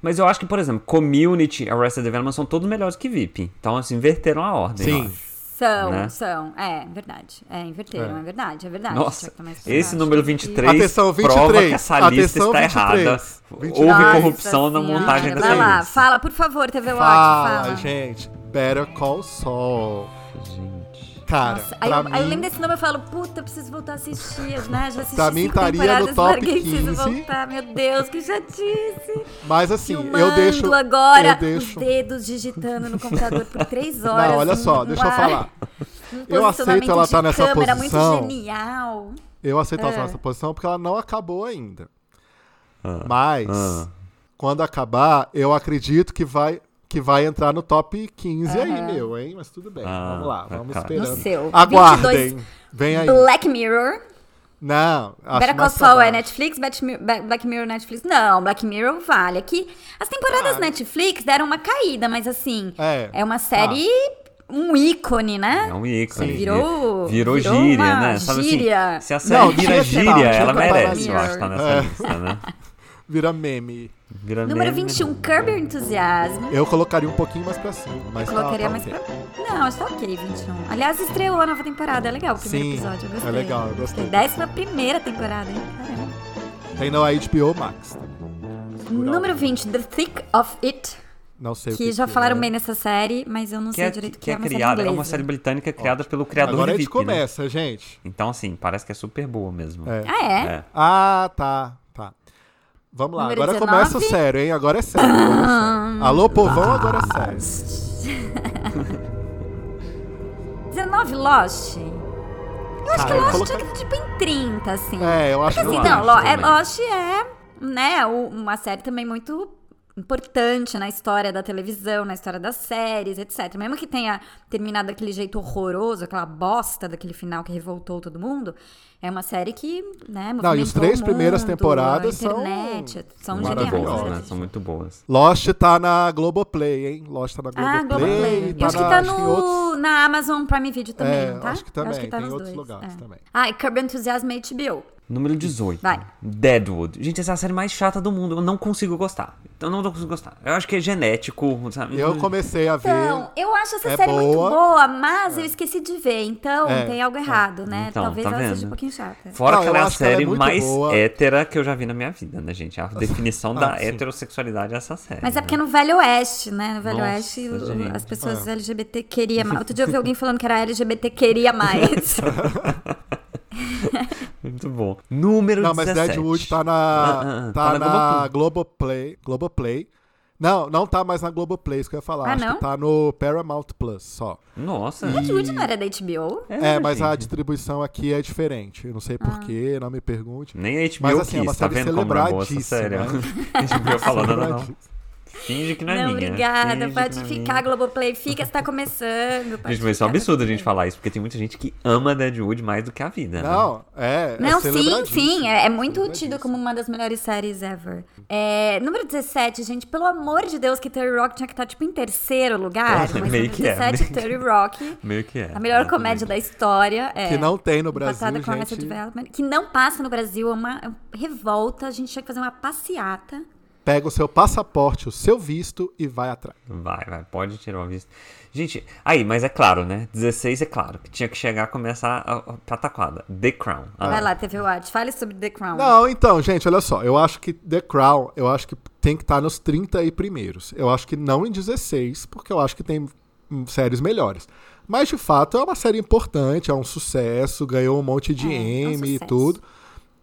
C: Mas eu acho que, por exemplo, Community, Arrested Development são todos melhores que VIP. Então, assim, inverteram a ordem. eu
A: Sim.
C: acho.
B: São,
C: Né?
B: são. É, verdade. É, inverteram, é,
A: É.
B: verdade, é verdade. Só
C: Nossa,
B: que tá mais pra
C: esse
B: baixo.
C: número
B: E-
C: 23
A: Atenção,
C: prova
A: 23,
C: que essa lista
A: atenção,
C: está
A: 23,
C: errada.
A: 23.
C: Houve
A: Nossa
C: corrupção na
B: Senhora,
C: montagem dessa
B: Vai lá,
C: lista.
B: fala, por favor, TV Watch,
A: Fala,
B: fala.
A: gente. Better Call Saul.
C: Gente.
A: Cara,
B: Nossa, aí,
A: pra
B: eu,
A: mim,
B: aí eu lembro desse nome e falo, puta, eu preciso voltar a assistir, né? Já assisti
A: Pra mim,
B: cinco
A: estaria no
B: temporadas,
A: top
B: larguei, preciso
A: 15.
B: voltar. Meu Deus, que chatice.
A: mas assim,
B: eu
A: eu
B: mando
A: deixo.
B: agora
A: eu deixo.
B: os dedos digitando no computador por três horas.
A: Não, olha só,
B: um-
A: deixa eu
B: uma-
A: falar.
B: um
A: Eu aceito ela
B: posicionamento
A: tá
B: de
A: nessa
B: câmera
A: posição.
B: muito genial.
A: Eu aceito
B: É.
A: ela nessa posição porque ela não acabou ainda.
C: Ah,
A: Mas,
C: ah.
A: quando acabar, eu acredito que vai, que vai entrar no top 15 aí, meu, hein? Mas tudo bem.
C: Ah,
A: vamos lá, vamos
C: tá.
A: esperando.
B: No seu.
A: Aguardem. Vem aí.
B: Black Mirror.
A: Não, acho
B: Better Call
A: mais
B: Saul é
A: trabalho.
B: Netflix, Bat- Mi- Ba- Black Mirror é Netflix. Não, Black Mirror vale. Aqui, as temporadas
A: Vale.
B: Netflix deram uma caída, mas assim,
A: É. Tá.
B: é, uma série, um ícone, né?
C: É um ícone.
A: Sim.
B: Virou-
C: virou,
B: virou
C: gíria,
B: uma
C: né? Sabe assim,
B: gíria.
C: se a série
A: Não,
C: vira
A: tinha-
C: gíria,
A: tinha
C: ela
A: que parar
C: merece, eu
B: aqui.
C: acho, que tá nessa
A: É.
C: lista, né?
B: um
A: Vira meme.
C: Vira
B: Número
C: meme.
B: 21, Curb Your Enthusiasm.
A: Eu colocaria um pouquinho mais pra cima. Mas tá-
B: Colocaria
A: tá
B: mais
A: ok.
B: pra. Não, está ok, 21. Aliás, estreou a nova temporada, é legal o primeiro
A: Sim,
B: episódio, eu
A: é
B: gostei.
A: legal, eu gostei.
B: Décima primeira temporada, hein? Caramba.
A: Tem não a HBO Max.
B: Número 20, The Thick of It,
A: Não sei o
B: que
A: que
B: já
A: que
B: falaram
A: é.
B: bem nessa série, mas né? eu não
C: Que
B: sei
C: é,
B: direito o
C: que é
B: uma série
C: criada, é uma
B: inglesa.
C: série britânica criada pelo criador
A: Agora é a
C: de
A: gente
C: VIP, né?
A: começa, gente.
C: Então, assim, parece que é super boa mesmo.
A: É.
B: Ah, é?
C: É.
A: Ah, tá, tá. Vamos lá,
B: Número Ah.
A: agora
B: 19.
A: começa o sério, hein? Agora é sério. Agora é sério. Alô, povão, agora é sério. É.
B: 19, Lost. Eu acho
A: Cara,
B: que Lost
A: coloca-
B: tinha que estar tipo em 30, assim.
A: É, eu acho
B: Porque
A: que
B: assim,
C: eu
A: não
B: não,
C: acho
B: Lo- é,
C: também.
B: Lost é, né, o- uma série também muito importante na história da televisão, na história das séries, etc. Mesmo que tenha terminado daquele jeito horroroso, aquela bosta daquele final que revoltou todo mundo, é uma série que,
A: Não, e
B: né,
A: os
B: movimentou
A: três
B: o
A: primeiras
B: mundo,
A: temporadas
B: a internet, são,
A: Maravilhosas.
C: Muito
B: geniais.
C: boas,
B: né?
C: né? São muito boas.
A: Lost tá na Globoplay, hein? Lost tá na Globoplay.
B: Ah, Globoplay.
A: Tá
B: E acho que
A: na-
B: tá
A: acho que em
B: no,
A: outros-
B: na Amazon Prime Video também,
A: É,
B: não tá?
A: acho que também,
B: Eu acho que tá
A: tem
B: nos
A: outros
B: dois,
A: lugares
B: é.
A: também.
B: Ah, e Curb Enthusiasm HBO.
C: Número 18.
B: Vai.
C: Deadwood. Gente, essa é a série mais chata do mundo. Eu não consigo gostar. Eu não consigo gostar. Eu acho que é genético, sabe?
A: Eu comecei a ver.
B: Então, eu acho essa
A: É
B: série muito
A: boa.
B: boa, mas eu esqueci de ver, então
A: É,
B: tem algo errado, né?
C: Então,
B: Talvez
C: tá
B: ela seja
C: vendo?
B: um pouquinho chata.
C: Fora
A: Não, eu
C: que ela é a
A: acho que ela é
C: série
A: muito
C: mais
A: boa. Ah,
C: hétera que eu já vi na minha vida, né, gente? A definição da
A: sim.
C: heterossexualidade é essa série.
B: Mas é
C: né?
B: porque é no Velho Oeste, né? No Velho
C: Nossa,
B: Oeste, o-
C: gente.
B: as
A: Ah.
B: pessoas LGBT queria mais. Outro dia eu vi alguém falando que era LGBT queria mais.
C: Muito bom. Número
A: Não, mas
C: 17.
A: Deadwood tá
C: Ah,
A: na.
C: ah,
A: tá,
C: tá na
A: na Globoplay. Globoplay. Não, não tá mais na Globoplay, isso que eu ia falar.
B: Ah,
A: acho
B: não?
A: que tá no Paramount Plus só.
C: Nossa.
B: Atwood não era da HBO?
A: É, mas a
C: gente.
A: distribuição aqui é diferente. Eu não sei
B: Ah.
A: porquê, não me pergunte.
C: Nem a HBO
A: Mas assim, é uma
C: quis, tá
A: série
C: vendo como é boa essa
A: celebradíssima,
C: série?
A: né?
C: A HBO falando, não, não, não. Finge que não é
B: não,
C: minha.
B: obrigada.
C: finge que
B: Pode
C: não é
B: ficar, Globoplay. Fica, você tá começando.
C: minha.
B: pode
C: Gente, mas isso é um
B: ficar,
C: absurdo a
B: pode
C: gente
B: ficar.
C: falar isso, porque tem muita gente que ama Deadwood mais do que a vida. né?
A: Não, é. é
B: Não, sim,
A: celebradíssimo.
B: sim. É, é muito tido
A: Celebradíssimo.
B: como uma das melhores séries ever. É, número 17, gente, pelo amor de Deus, que Terry Rock tinha que estar, tipo, em terceiro lugar.
C: É,
B: Mas
C: meio
B: número
C: que
A: né?
C: é,
B: 17,
C: meio que é.
B: Terry Rock.
C: Meio que é.
B: A melhor comédia da história. É,
A: Que não tem no Brasil.
B: Empatada com a Arrested
A: gente.
B: Development, que não passa no Brasil, é uma é uma revolta. A gente tinha que fazer uma passeata.
A: Pega o seu passaporte, o seu visto e vai atrás.
C: Vai, vai, pode tirar o visto. Gente, aí, mas é claro, né? 16 é claro, que tinha que chegar a começar a, a pataquada. The Crown. Ah,
B: Vai lá, TV Watch, fale sobre The Crown.
A: Não, então, gente, olha só. Eu acho que The Crown, eu acho que tem que estar nos 30 aí primeiros. Eu acho que não em 16, porque eu acho que tem hum, séries melhores. Mas, de fato, é uma série importante, é um sucesso, ganhou um monte de
B: É, é um
A: Emmy e
B: sucesso.
A: tudo.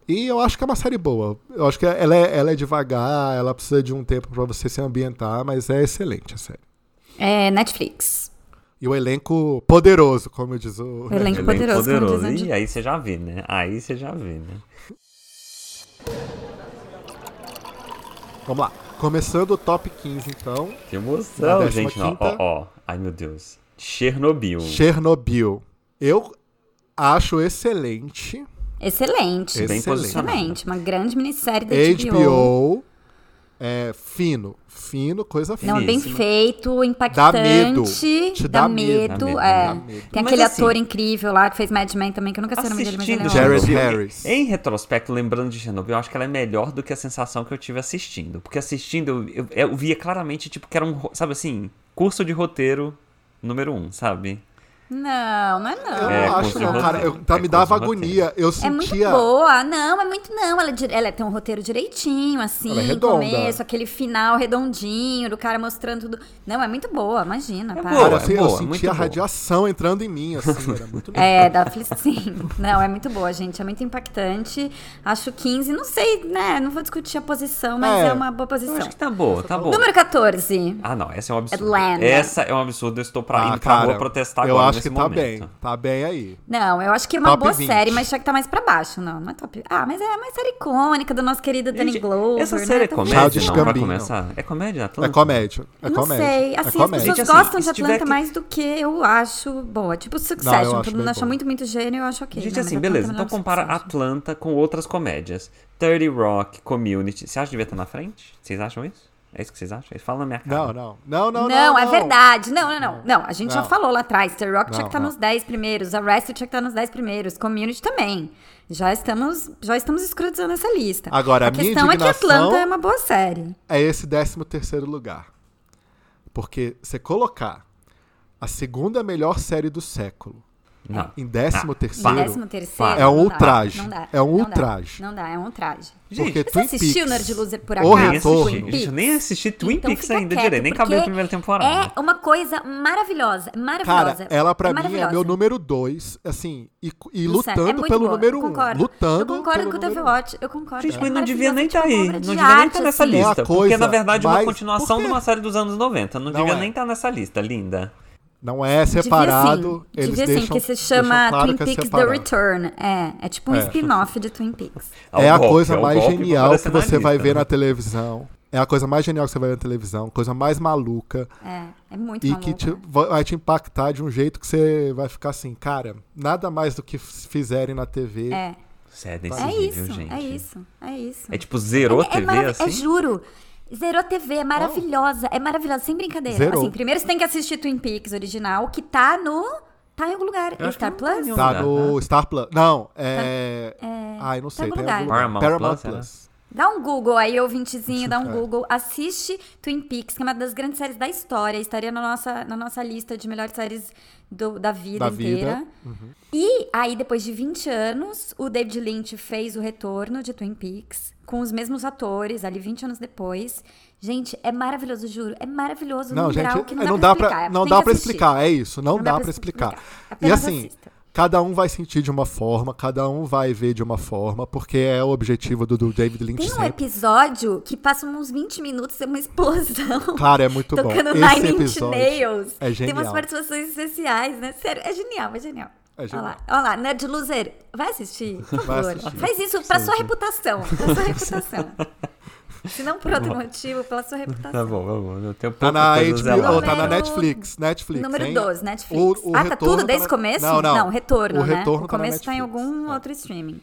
A: E eu acho que é uma série boa. Eu acho que ela é, ela é devagar, ela precisa de um tempo pra você se ambientar, mas é excelente a série.
B: É Netflix.
A: E o elenco poderoso, como diz o.
B: O elenco poderoso, como diz Andy.
C: E aí você já vê, né? Aí você já vê, né?
A: Vamos lá. Começando o top 15, então.
C: Que
A: Na
C: emoção,
A: décima
C: gente. Ó, ó,
A: quinta.
C: ó. Ai, meu Deus. Chernobyl.
A: Chernobyl. Eu acho excelente.
B: Excelente.
C: Bem
A: Excelente.
C: posicionado.
B: Excelente. Uma grande minissérie da HBO.
A: HBO. É fino. Fino, coisa fina.
B: Não, bem
C: Finíssima.
B: feito,
A: Dá medo.
B: impactante.
A: Te dá medo.
C: medo,
B: é.
C: dá
A: medo.
B: Tem
C: Mas
B: aquele
C: assim-
B: ator incrível lá que fez Mad Men também, que eu nunca sei o nome dele, mas ele é
C: Assistindo
A: Jared
B: ótimo.
C: Chernobyl,
A: Harris.
C: Em retrospecto, lembrando de Chernobyl, eu acho que ela é melhor do que a sensação que eu tive assistindo. Porque assistindo, eu, eu- eu via claramente, tipo, que era um, ro- sabe assim, curso de roteiro número um, sabe?
B: Não, não é não.
A: Eu
C: É,
A: não acho,
C: com
A: não,
C: roteiro.
A: cara. Eu, tá,
C: É,
A: me
C: com
A: dava
C: roteiro.
A: agonia. Eu
B: É muito
A: sentia.
B: boa, não, é muito não. Ela, é dire- ela tem um roteiro direitinho, assim,
A: Ela é redonda.
B: começo, aquele final redondinho, do cara mostrando tudo. Não, é muito boa, imagina,
C: É
B: pá.
C: boa.
A: Cara, assim,
C: boa,
A: eu
C: muito
A: sentia a
C: boa.
A: radiação entrando em mim, assim, era muito legal.
B: É, da Fli- sim. Não, é muito boa, gente. É muito impactante. Acho 15, não sei, né? Não vou discutir a posição, mas
A: É.
B: é, uma boa
C: Eu
B: posição.
C: acho que tá boa, tá boa.
B: Número 14.
C: Ah, não, essa é um absurdo.
B: Atlanta.
C: Essa é um absurdo, eu estou pra,
A: Ah,
C: indo pra rua protestar
A: eu
C: agora
A: acho que
C: nesse
A: tá
C: momento.
A: bem. Tá bem aí.
B: Não, eu acho que é uma
A: Top
B: boa
A: 20.
B: série, mas já que tá mais pra baixo. Não, não é top. Ah, mas é uma série icônica do nosso querido Danny
C: Gente,
B: Glover.
C: Essa
B: né?
C: série é
B: Então,
C: comédia?
A: Childish
C: Não, vai
A: Gambino.
C: começar. É comédia,
A: É
C: Atlanta?
A: comédia. É
B: não
A: comédia.
B: sei. Assim,
A: é
B: as
A: comédia.
B: pessoas
C: Gente, assim,
B: gostam de
C: se tiver
B: Atlanta
C: que-
B: mais do que eu acho boa. Tipo
A: Não, eu
B: Succession.
A: acho
B: Todo mundo
A: bem
B: acha
A: boa.
B: muito, muito gênio eu acho ok.
C: Gente,
B: não, mas
C: assim,
B: Atlanta
C: beleza.
B: é
C: Então
B: melhor que
C: compara
B: Succession.
C: Atlanta com outras comédias. 30 Rock, Community. Você acha que devia estar na frente? Vocês acham isso? É isso que vocês acham? Fala na minha
A: Não,
C: cara.
A: não. Não, não, não.
B: Não, é verdade. Não, não, não. Não, a gente já
A: Não.
B: falou lá atrás. The Rock
A: Não,
B: tinha que estar
A: não.
B: nos 10 primeiros. Arrested tinha que estar nos 10 primeiros. Community também. Já estamos, já estamos escrutizando essa lista.
A: Agora,
B: a
A: a minha
B: questão é que
A: indignação-
B: Atlanta é uma boa série.
A: é esse 13 terceiro lugar. Porque você colocar a segunda melhor série do século
C: Não.
A: em
C: Ah,
A: 13
B: No
A: terceiro,
B: 13 terceiro.
A: é um
B: não dá,
A: ultraje.
B: Não dá.
A: É um
B: não dá,
A: ultraje.
B: Não dá, é um ultraje.
A: porque
C: Gente,
B: Você
A: Twin
B: assistiu
A: Peaks,
B: Nerd Loser por
A: O
B: acaso?
C: nem
A: Retorno.
C: assisti. Gente, eu nem assisti Twin
B: Então
C: Peaks
B: fica
C: ainda
B: quieto,
C: direito. Nem acabei a
B: porque
C: primeira temporada.
B: É uma coisa maravilhosa, maravilhosa.
A: Cara, ela pra
B: é
A: mim é
B: maravilhosa.
A: meu número dois, assim, e, e
B: Não sei, é
A: lutando
B: muito
A: pelo
B: boa,
A: número
B: eu
A: um.
B: concordo.
A: Lutando
B: Eu concordo
A: pelo
B: com o TV
A: número um.
B: Watch, eu concordo.
C: Gente,
B: É
C: mas não devia nem
B: maravilhosa,
C: estar
B: tipo
C: aí.
B: uma
C: Não
B: obra de
C: devia nem
B: arte,
C: estar nessa
B: assim.
A: É a
C: lista. Porque,
A: coisa
C: na verdade, é uma
A: mais-
C: continuação
A: Por
C: de
A: quê?
C: uma série dos anos 90.
A: Não
C: Não, devia
A: é.
C: nem estar nessa lista, linda.
A: um. Não é separado.
B: Devia sim,
A: eles
B: devia sim,
A: deixam,
B: que se chama
A: deixam claro
B: Twin
A: que é
B: Peaks The
A: separado.
B: Return. É, é tipo um spin-off de Twin Peaks.
A: É a
C: golpe,
A: coisa
C: é o
A: mais
C: golpe pra
A: genial
C: aparecer
A: que
C: na
A: você vai
C: lista,
A: ver
C: né?
A: na televisão. É a coisa mais genial que você vai ver na televisão, coisa mais maluca.
B: É, é muito
A: e
B: maluco.
A: que tipo te-
B: né?
A: va- vai te impactar de um jeito que você vai ficar assim, cara, nada mais do que f- fizerem na TV.
B: É,
A: né?
C: Sério, nesse
B: é
C: nível,
B: isso,
C: gente.
B: é isso, é isso.
C: É tipo, zerou
B: É- é
C: TV,
B: marav-
C: assim?
B: É, juro. Zerou TV, é maravilhosa. É maravilhosa, sem brincadeira.
A: Zerou.
B: Assim, primeiro você tem que assistir Twin Peaks original, que tá no. Tá em algum lugar.
C: Eu acho
B: Star
C: que não tá em
B: Plus?
C: nenhum
A: Tá
C: Não dá,
A: no Star Plus. Não, é.
B: Tá,
A: Ai, não sei.
B: algum
A: Tem
B: lugar.
A: algum lugar.
C: Paramount Plus, é, né? será?
B: Dá um Google aí, ouvintezinho, dá um
A: É.
B: Google. Assiste Twin Peaks, que é uma das grandes séries da história. Estaria na nossa, na nossa lista de melhores séries do- da vida
A: Da vida.
B: inteira. E aí, depois de 20 anos, o David Lynch fez o retorno de Twin Peaks com os mesmos atores, ali 20 anos depois. Gente, é maravilhoso, juro. É maravilhoso.
A: Não,
B: num
A: gente,
B: grau que não,
A: não
B: dá,
A: dá
B: pra
A: pra,
B: explicar.
A: não
B: Tem
A: dá
B: que
A: pra
B: assistir.
A: explicar, é isso, não,
B: Não
A: dá pra explicar. E
B: Apenas
A: assim,
B: assista.
A: cada um vai sentir de uma forma, cada um vai ver de uma forma, porque é o objetivo do, do David Lynch
B: Tem um
A: sempre.
B: episódio que passa uns 20 minutos, é uma explosão.
A: Claro, é muito bom.
B: Tocando
A: Esse
B: Nine Inch
A: episódio
B: Nails.
A: é
B: Tem umas
A: genial.
B: participações especiais, né? Sério, é genial, é genial.
A: É genial.
B: Olha lá, olha lá, Nerd Loser, vai assistir, por
A: Vai
B: favor.
A: assistir.
B: Faz isso pra sua reputação, pra sua reputação. Se não por outro motivo, pela sua
C: Tá
B: reputação.
C: bom, tá bom. Eu tenho
A: Tá
C: pouca
A: na
C: coisa a zelar.
A: HBO, tá na
B: Número-
A: Netflix, Netflix.
B: Número
A: hein?
B: 12, Netflix.
A: O- o
B: ah, tá
A: retorno
B: tudo desde
A: na-
B: o começo?
A: Não, não.
B: retorno,
A: o
B: né?
A: retorno
B: o começo
A: tá
B: tá
A: na
B: em
A: Netflix.
B: algum
A: É.
B: outro streaming.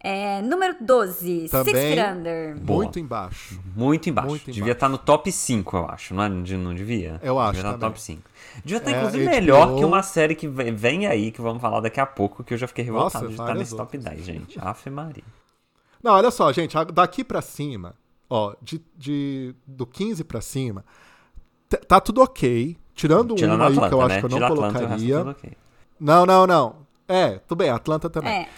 B: É, número 12, Six
A: Também-
B: Feet Under.
A: Muito embaixo.
C: Muito embaixo.
A: Muito
C: devia estar no top 5, eu acho. Não, é? De- não devia?
A: Eu acho
C: Devia estar no
A: também.
C: top 5. Devia estar,
A: É,
C: inclusive,
A: HBO.
C: melhor que uma série que vem vem aí, que vamos falar daqui a pouco, que eu já fiquei revoltado
A: Nossa,
C: de estar
A: várias
C: nesse top 10, gente. Aff, Maria.
A: Não, olha só, gente, a- daqui pra cima, ó, de, de- do 15 pra cima, t- tá tudo ok. Tirando,
C: Tirando
A: uma aí que eu
C: Atlanta,
A: acho
C: né?
A: que eu não
C: Tirando Atlanta, o resto
A: colocaria.
C: é tudo ok.
A: Não, não, não. É, tudo bem, Atlanta também.
B: É.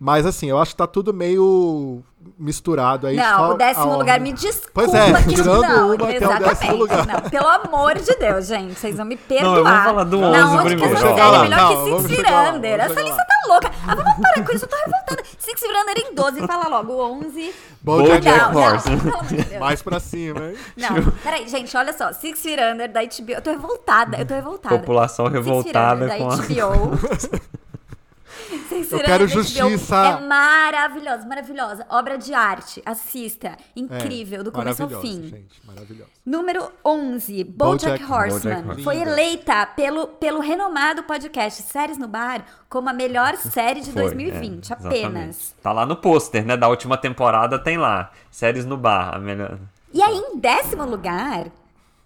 A: Mas assim, eu acho que tá tudo meio misturado aí.
B: Não,
A: só
B: o décimo
A: a
B: lugar
A: ordem.
B: me desculpa
A: Pois é,
B: que não,
A: tirando
B: não.
A: uma que é o
B: exatamente.
A: décimo lugar.
B: Não, pelo amor de Deus, gente, vocês vão me perdoar.
C: Não, vamos falar do
B: Na
C: 11
B: onde que
C: primeiro.
B: essa série é
A: Calma,
B: melhor
A: calma,
B: que
A: vamos
B: Six Feet
A: chegar lá,
B: Under?
A: vamos
B: Essa
A: chegar
B: lista tá louca. Ah, vamos parar com isso, eu tô revoltada. Six Feet Under em 12, fala logo. O 11...
A: Bojack
B: não, não,
C: Horseman.
B: pelo amor de Deus.
A: Mais pra cima, hein?
B: Não, peraí, gente, olha só. Six Feet Under da HBO. Eu tô revoltada, eu tô revoltada.
C: População revoltada
B: Six Feet
C: com
B: Under
C: a...
B: da HBO. Six Feet
A: Eu
B: Under
A: quero
B: da HBO.
A: justiça.
B: É maravilhosa, maravilhosa. Obra de arte. Assista.
A: É,
B: Incrível, do começo ao
A: maravilhosa,
B: fim.
A: Gente, maravilhosa.
B: Número 11, BoJack,
A: BoJack
B: Horseman.
C: Horseman.
B: Foi
A: Linda.
B: eleita pelo, pelo renomado podcast Séries no Bar como a melhor série de
C: Foi,
B: 2020,
C: é,
B: apenas.
C: exatamente. Tá lá no pôster, né? Da última temporada tem lá. Séries no bar, a melhor.
B: E aí, em décimo lugar,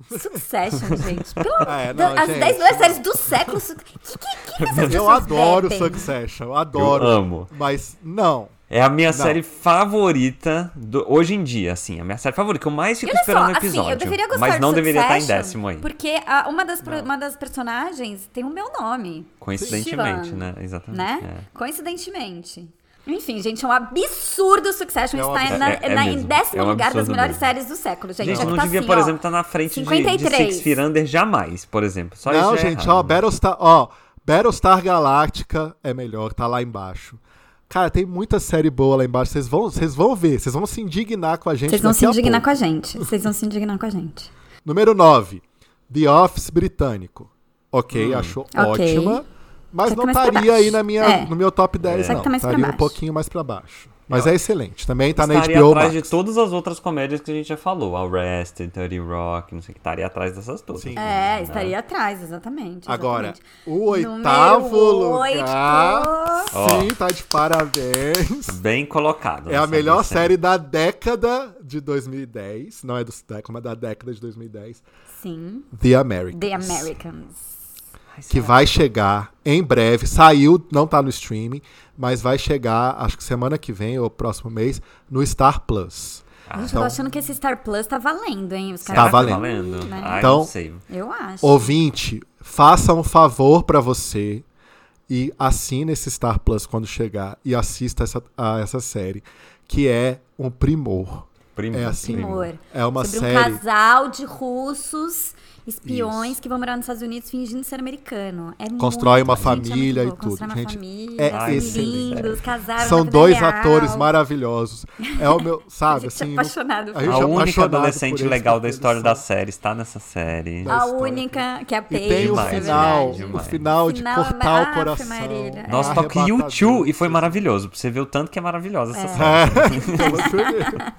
B: Succession, gente. Pelo,
A: É, não,
B: as
A: gente.
B: 10 melhores séries do século. Su- Que, que, que essas
A: Eu
B: pessoas
A: adoro
B: bebem?
A: Succession, eu adoro.
C: Eu amo.
A: Mas não.
C: É a minha
A: Não.
C: série favorita do- hoje em dia, assim. A minha série favorita, que eu mais
B: E
C: fico
B: olha
C: esperando
B: só,
C: um episódio.
B: assim, eu deveria gostar
C: mas não
B: de
C: deveria estar em
B: Succession,
C: décimo aí.
B: Porque a- uma, das, pro- uma das personagens tem o meu nome.
C: Coincidentemente,
B: Shivan,
C: né? Exatamente.
B: Né? Coincidentemente. Enfim, gente, é um absurdo o Succession
A: É um
B: estar
A: absurdo.
B: na-
C: É- é
B: na- em
C: mesmo.
B: décimo
C: É um
B: lugar das
C: absurdo
B: melhores
C: mesmo.
B: séries do século. Gente,
C: é. Gente,
B: já
C: não
B: que tá
C: devia,
B: assim,
C: por
B: ó,
C: exemplo, estar na frente de, de
B: 53.
C: Six Feet Under jamais, por exemplo. Só
A: não,
C: isso já é
A: gente,
C: errado.
A: ó, Battlestar, ó, Battlestar Galactica é melhor, tá lá embaixo. Cara, tem muita série boa lá embaixo. Vocês vão, vocês vão ver, vocês vão se indignar com a gente.
B: Vocês vão se
C: é
A: daqui a
B: indignar
A: pouco.
B: com a gente. Vocês vão se indignar com a gente.
A: Número 9. The Office britânico.
C: Hum.
A: Ok, achou
B: Ok.
A: ótima. Mas
B: Só que
A: não
B: mais pra
A: estaria
B: baixo.
A: aí na minha,
B: É.
A: no meu top 10,
B: Só que
A: não.
B: tá mais pra
A: estaria um
B: baixo.
A: pouquinho mais pra baixo. Mas é excelente. Também tá
C: estaria
A: na HBO
C: atrás
A: Max.
C: de todas as outras comédias que a gente já falou. Arrested, 30 Rock, não sei o que. Estaria atrás dessas todas. né?
A: Sim.
B: É, estaria atrás, exatamente.
A: Agora,
B: exatamente.
A: o
B: Número
A: oitavo
B: oito.
A: lugar. Sim, tá de parabéns.
C: Bem colocado. né,
A: É a
C: nessa
A: melhor
C: lista aí.
A: série da década de 2010. Não é do século, mas da década de 2010.
B: Sim.
A: The Americans.
B: The Americans.
C: Ai,
A: Que vai chegar em breve. Saiu, não tá no streaming, mas vai chegar, acho que semana que vem ou próximo mês, no Star Plus.
C: Ah,
B: Gente, eu
A: Então-
B: tô achando que esse Star Plus tá valendo, hein? Os
C: Será
B: caras
C: que
A: Tá valendo.
B: Né?
C: Ai,
A: Então-
C: não sei.
B: Eu acho.
A: Ouvinte, faça um favor pra você e assine esse Star Plus quando chegar e assista essa, a essa série, que é um primor.
C: Primo,
A: É assim.
C: primo.
B: Primor.
A: É uma
B: Sobre um
A: série.
B: casal de russos espiões
A: Isso.
B: que vão morar nos Estados Unidos fingindo ser americano. É
A: Constrói
B: muito-
A: uma
B: gente, é muito
A: família e
B: bom. Constrói
A: tudo,
B: uma
A: gente.
B: família,
A: é
B: são
A: excelente.
B: lindos, casaram na
A: São
B: vida
A: dois
B: real.
A: atores maravilhosos. É o meu,
B: A
A: sabe,
B: gente é
A: assim, não-
B: apaixonado.
A: a gente
C: A
A: é
C: única
A: apaixonado por
C: adolescente
A: eles,
C: legal
A: porque
C: da
A: eles
C: história
A: são-
C: da série está nessa série.
A: Da-
B: A
A: história.
B: única que é a
A: E
B: Paige,
A: tem o
C: Demais,
B: é
A: final,
B: verdade.
A: o
C: demais.
A: final de
B: Final é
A: cortar
B: ma-
A: o
B: Aff,
A: coração.
B: Maria.
C: Nossa,
B: É
C: toca
A: Arrebatador.
C: YouTube
B: É.
C: e foi maravilhoso. Pra você ver o tanto que é maravilhosa essa série.
A: É, pelo que eu vi.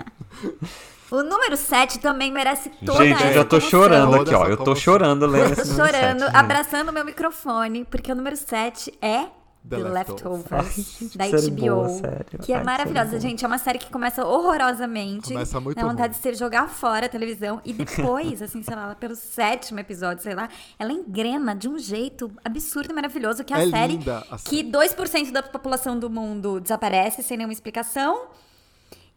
B: O número 7 também merece toda
C: Gente,
B: essa
C: eu já tô
B: comoção.
C: chorando
A: Toda
C: aqui, ó.
A: essa
C: Eu tô
A: comoção.
C: chorando lendo esse número
B: Chorando,
C: sete, né? gente.
B: abraçando o meu microfone, porque o número 7 é The,
A: The
B: Leftovers,
A: Leftovers.
B: da
C: Ai, que série
B: HBO.
C: boa, sério.
B: Que é
C: Ai, que
B: maravilhosa,
C: série boa.
B: gente. É uma série que começa horrorosamente.
A: Começa muito
B: Dá vontade
A: ruim.
B: de ser jogar fora a televisão. E depois, assim, sei lá, lá pelo sétimo episódio, sei lá, ela engrena de um jeito absurdo e maravilhoso que é a
A: É
B: série
A: linda a
B: que 2% da população do mundo desaparece sem nenhuma explicação.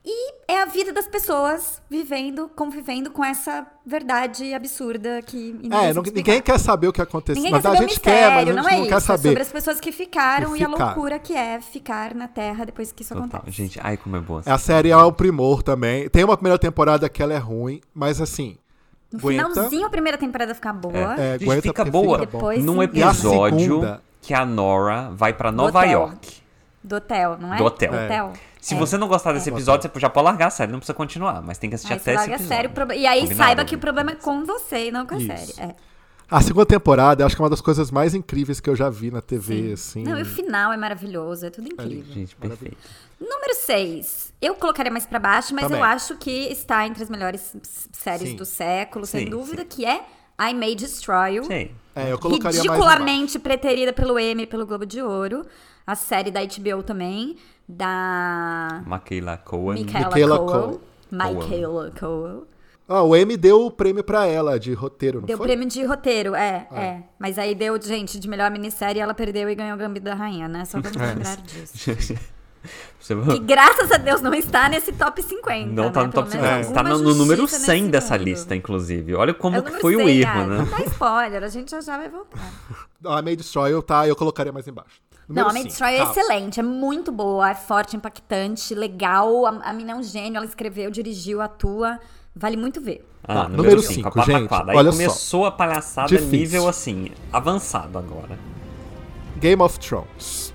B: E é a vida das pessoas vivendo, convivendo com essa verdade absurda que ninguém
A: É,
B: sabe
A: não-
B: explicar.
A: ninguém quer saber o que aconteceu.
B: Ninguém
A: mas
B: quer
A: a
B: saber
A: gente
B: o mistério,
A: quer, mas a gente
B: não
A: não,
B: é isso.
A: quer
B: É
A: saber.
B: sobre as pessoas que ficaram
A: Que
B: e a
A: ficaram.
B: loucura que é ficar na Terra depois que isso
C: Total.
B: acontece.
C: Gente, ai, como é boa.
A: A série é o primor também. Tem uma primeira temporada que ela é ruim, mas assim.
B: no
A: aguenta.
B: finalzinho, a primeira temporada fica boa.
A: É,
C: Gente,
A: aguenta
C: fica
A: porque
C: boa
A: fica bom.
B: Depois
C: num
B: sim. E a
C: episódio
A: segunda?
C: que a Nora vai pra Nova
B: hotel.
C: York.
B: Do hotel, não é?
C: Do hotel.
A: É.
C: Se
B: É.
C: você não gostar desse episódio, você já pode largar a série, não precisa continuar, mas tem que assistir
B: Aí você
C: até esse
B: larga a
C: episódio.
B: série. o prob- é E aí
C: Combinado, né?
B: saiba que o
C: ouvinte?
B: problema é com você e não com a
A: Isso.
B: série. É.
A: A segunda temporada, acho que é uma das coisas mais incríveis que eu já vi na TV, assim.
B: Não, e o final é maravilhoso, é tudo incrível.
C: Gente, perfeito.
B: Número 6. Eu colocaria mais pra baixo, mas
A: Também.
B: eu acho que está entre as melhores s- séries
A: Sim.
B: do século, sem
C: Tá Sim,
B: dúvida, que é I May Destroy You.
C: Sim.
A: É, eu colocaria mais embaixo.
B: ridiculamente preterida pelo Emmy e pelo Globo de Ouro. A série da HBO também, da
C: Michaela Cohen.
B: Michaela,
A: Michaela
B: Coel.
A: Coel.
B: Michaela Coel.
A: Ah, o M deu o prêmio pra ela de roteiro, não
B: Deu
A: foi?
B: prêmio de roteiro, é,
C: Ah.
B: é, Mas aí deu, gente, de melhor minissérie, ela perdeu e ganhou o Gambito da Rainha, né? Só pra
C: É.
B: não lembrar disso.
C: Você-
B: E graças a Deus não está nesse top 50.
C: Não tá
B: né?
C: no
B: Pelo
C: top
B: menos
C: 50. Tá
B: alguma
C: no, no número
B: justiça
C: 100
B: nesse
C: dessa
B: mundo.
C: lista, inclusive. Olha
B: É
C: como
B: o
C: que
B: número
C: foi o
B: 100,
C: erro,
B: cara. Tá,
C: né?
B: Não dá spoiler, a gente já já vai voltar.
A: A May Destroy, eu, tá, eu colocaria mais embaixo.
B: Não,
A: Número
B: a Maid
A: cinco.
B: Destroy é
A: Tá.
B: excelente, é muito boa, é forte, impactante, legal. A, a mina é um gênio, ela escreveu, dirigiu, atua. Vale muito ver.
C: Ah,
A: Tá,
C: número
A: número
C: 5, a
A: cinco, gente,
C: pataquada. Aí
A: olha só.
C: começou a palhaçada
A: Difícil.
C: nível, assim, avançado agora.
A: Game of Thrones.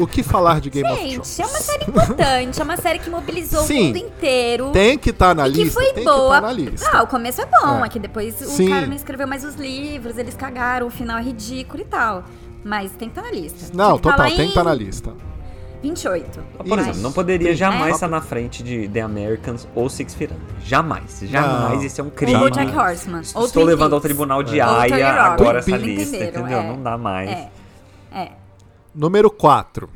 A: O que falar de Game of Thrones?
B: Gente, é uma série importante, é uma série que mobilizou o
A: Sim.
B: mundo inteiro.
A: Tem que estar na
B: um e que
A: lista.
B: foi
A: tem que
B: boa.
A: tá na lista.
B: Ah, o começo é bom,
A: É.
B: é, que depois
A: Sim.
B: o cara não escreveu mais os livros, eles cagaram, o final é ridículo e tal. Mas tem que estar na lista.
A: Não,
B: Tinha que
A: total,
B: tá lá
A: tem que estar
B: em
A: na lista.
B: 28.
C: Por
A: Isso.
C: exemplo, não poderia
A: Sim.
C: jamais
A: É.
C: estar na frente de The Americans ou Six Feet Under. Jamais, jamais.
A: Não.
C: Isso é um crime.
B: Ou o Jack Horseman. ou
C: Estou
B: Twin
C: levando ao
B: Peaks.
C: tribunal de
B: É. Ou Thirty
C: Haia
B: Rock,
C: agora essa
A: Twin
B: Peaks.
C: lista,
B: Entenderam,
C: entendeu?
B: é.
C: Não dá mais.
B: É. É.
A: Número 4,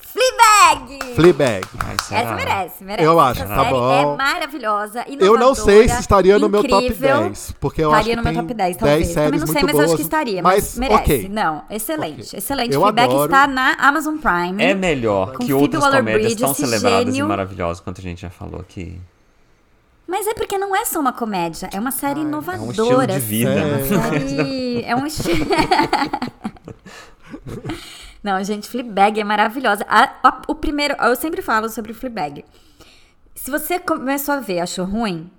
B: Fleabag!
A: Fleabag.
C: Ai, será?
B: Essa é merece, merece.
A: Eu acho,
B: Essa
A: tá
B: série
A: bom.
B: É maravilhosa, inovadora,
A: Eu não sei se estaria no meu top
B: incrível.
A: 10, porque eu
B: estaria
A: acho que
B: no meu
A: tem
B: top 10,
A: 10
B: talvez. Também
A: séries
B: não sei,
A: muito
B: mas
A: boas,
B: acho que estaria. Mas,
A: mas,
B: merece.
A: ok.
B: Não, excelente,
A: Ok.
B: excelente.
A: Eu
B: Fleabag
A: adoro.
B: está na Amazon Prime.
C: É melhor
B: Com
C: que
B: Phoebe
C: outras comédias
B: Waller-Bridge,
C: tão
B: esse
C: celebradas
B: gênio.
C: e maravilhosas quanto a gente já falou aqui.
B: Mas é porque não é só uma comédia, é uma série
C: É um
B: inovadora.
C: estilo de vida,
A: É.
C: né?
B: Série- É um estilo... Não, gente, Fleabag é maravilhosa. A- a- o primeiro, eu sempre falo sobre Fleabag. Se você começou a ver, achou ruim,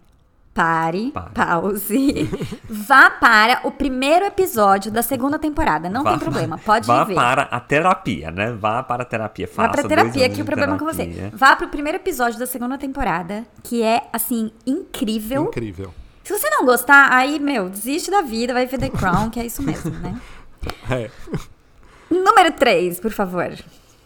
B: pare,
C: Pare.
B: pause, vá para o primeiro episódio da segunda temporada. Não tem problema, pode
C: vá
B: ver.
C: para a terapia, né? Vá para a terapia.
B: Vá
C: Faça
B: pra
C: dois
B: terapia,
C: anos
B: que o
C: de
B: problema é com você.
C: terapia.
B: Vá pro primeiro episódio da segunda temporada, que é, assim, incrível.
A: Incrível.
B: Se você não gostar, aí, meu, desiste da vida, vai ver The Crown, que é isso mesmo, né?
A: É.
B: Número 3, por favor.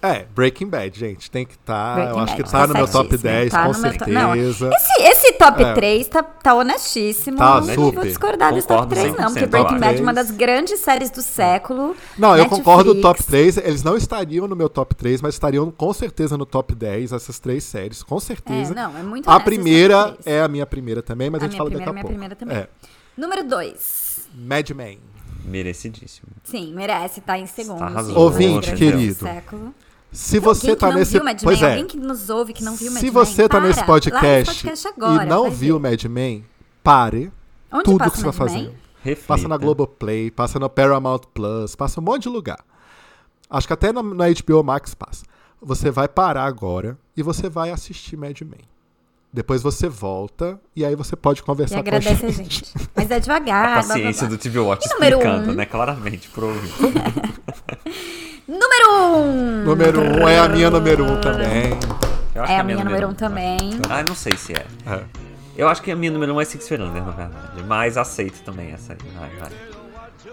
A: É, Breaking Bad, gente, tem que estar.
B: Breaking
A: eu acho
B: Bad,
A: que tá no meu top
B: certíssimo,
A: 10,
B: tá
A: com
B: no meu to- não,
A: certeza.
B: Esse, esse top
A: É.
B: 3 tá, tá honestíssimo.
A: Tá,
B: não vou
A: super.
B: discordar desse top
C: Concordo
B: 3, não,
C: 100%,
B: porque Breaking
C: eu
B: Bad é
A: acho.
B: uma das grandes séries do século.
A: Não, eu
B: Netflix.
A: concordo, o top 3, eles não estariam no meu top 3, mas estariam com certeza no top 10, essas três séries, com certeza.
B: É, não, é muito
A: né? A
B: honesto esse
A: primeira
B: top três.
A: é a minha primeira também, mas
B: A
A: a, gente
B: minha
A: fala
B: primeira,
A: daqui a
B: minha
A: pouco.
B: primeira também.
A: É,
B: Número 2.
A: Mad Men.
C: Merecidíssimo.
B: Sim, merece estar em segundo.
C: Está
B: sim,
C: tá arrasando,
B: uma das
A: Ouvinte
B: grandes
A: querido.
B: do século.
A: Se você
B: Alguém
A: tá
B: que não
A: nesse.
B: viu Mad
A: pois
B: Men,
A: é.
B: alguém que nos ouve que não viu Mad
A: Se
B: Men,
A: você tá
B: para,
A: nesse
B: larga esse
A: podcast,
B: podcast agora,
A: e não
B: vai
A: viu
B: ver.
A: Mad Men, pare
B: Onde
A: tudo
B: passa
A: que você tá vai
B: Mad Men?
A: fazer.
C: Reflita.
A: Passa na Globoplay, passa no Paramount Plus, passa um monte de lugar. Acho que até na, na HBO Max passa. Você vai parar agora e você vai assistir Mad Men. Depois você volta e aí você pode
B: E
A: conversar com a
B: agradece a
A: gente.
B: gente. Mas é
C: A
B: devagar.
C: paciência
B: blá, blá,
C: do TV Watch
B: E número
C: explicando,
B: um?
C: né? Claramente, pro ouvinte.
B: blá. Número 1! Um.
A: Número um é a minha número um também.
C: Eu acho
B: É
C: que
B: a minha número 1 um também.
C: Ah, não sei se é.
A: É.
C: Eu acho que a minha número 1 um é Six Feet Under, na verdade. Mas aceito também essa aí. Vai, vai.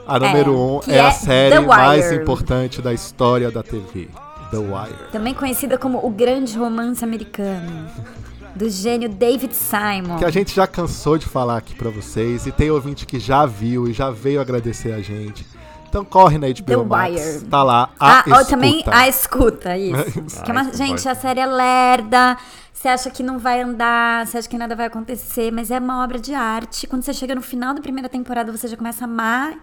A: A número um
B: que
A: é,
B: é
A: a série
B: The
A: mais
B: Wire.
A: importante da história da TV. The Wire.
B: Também conhecida como o grande romance americano. do gênio David Simon.
A: Que a gente já cansou de falar aqui pra vocês. E tem ouvinte que já viu e já veio agradecer a gente. Então corre na HBO
B: The
A: Max.
B: Wire.
A: Tá lá. A
B: Ah, ou
A: escuta.
B: também a escuta, isso.
A: Isso.
B: Que é uma-
C: Ai,
B: gente,
C: pode.
B: a série é lerda. Você acha que não vai andar, você acha que nada vai acontecer, mas é uma obra de arte. Quando você chega no final da primeira temporada, você já começa a amar.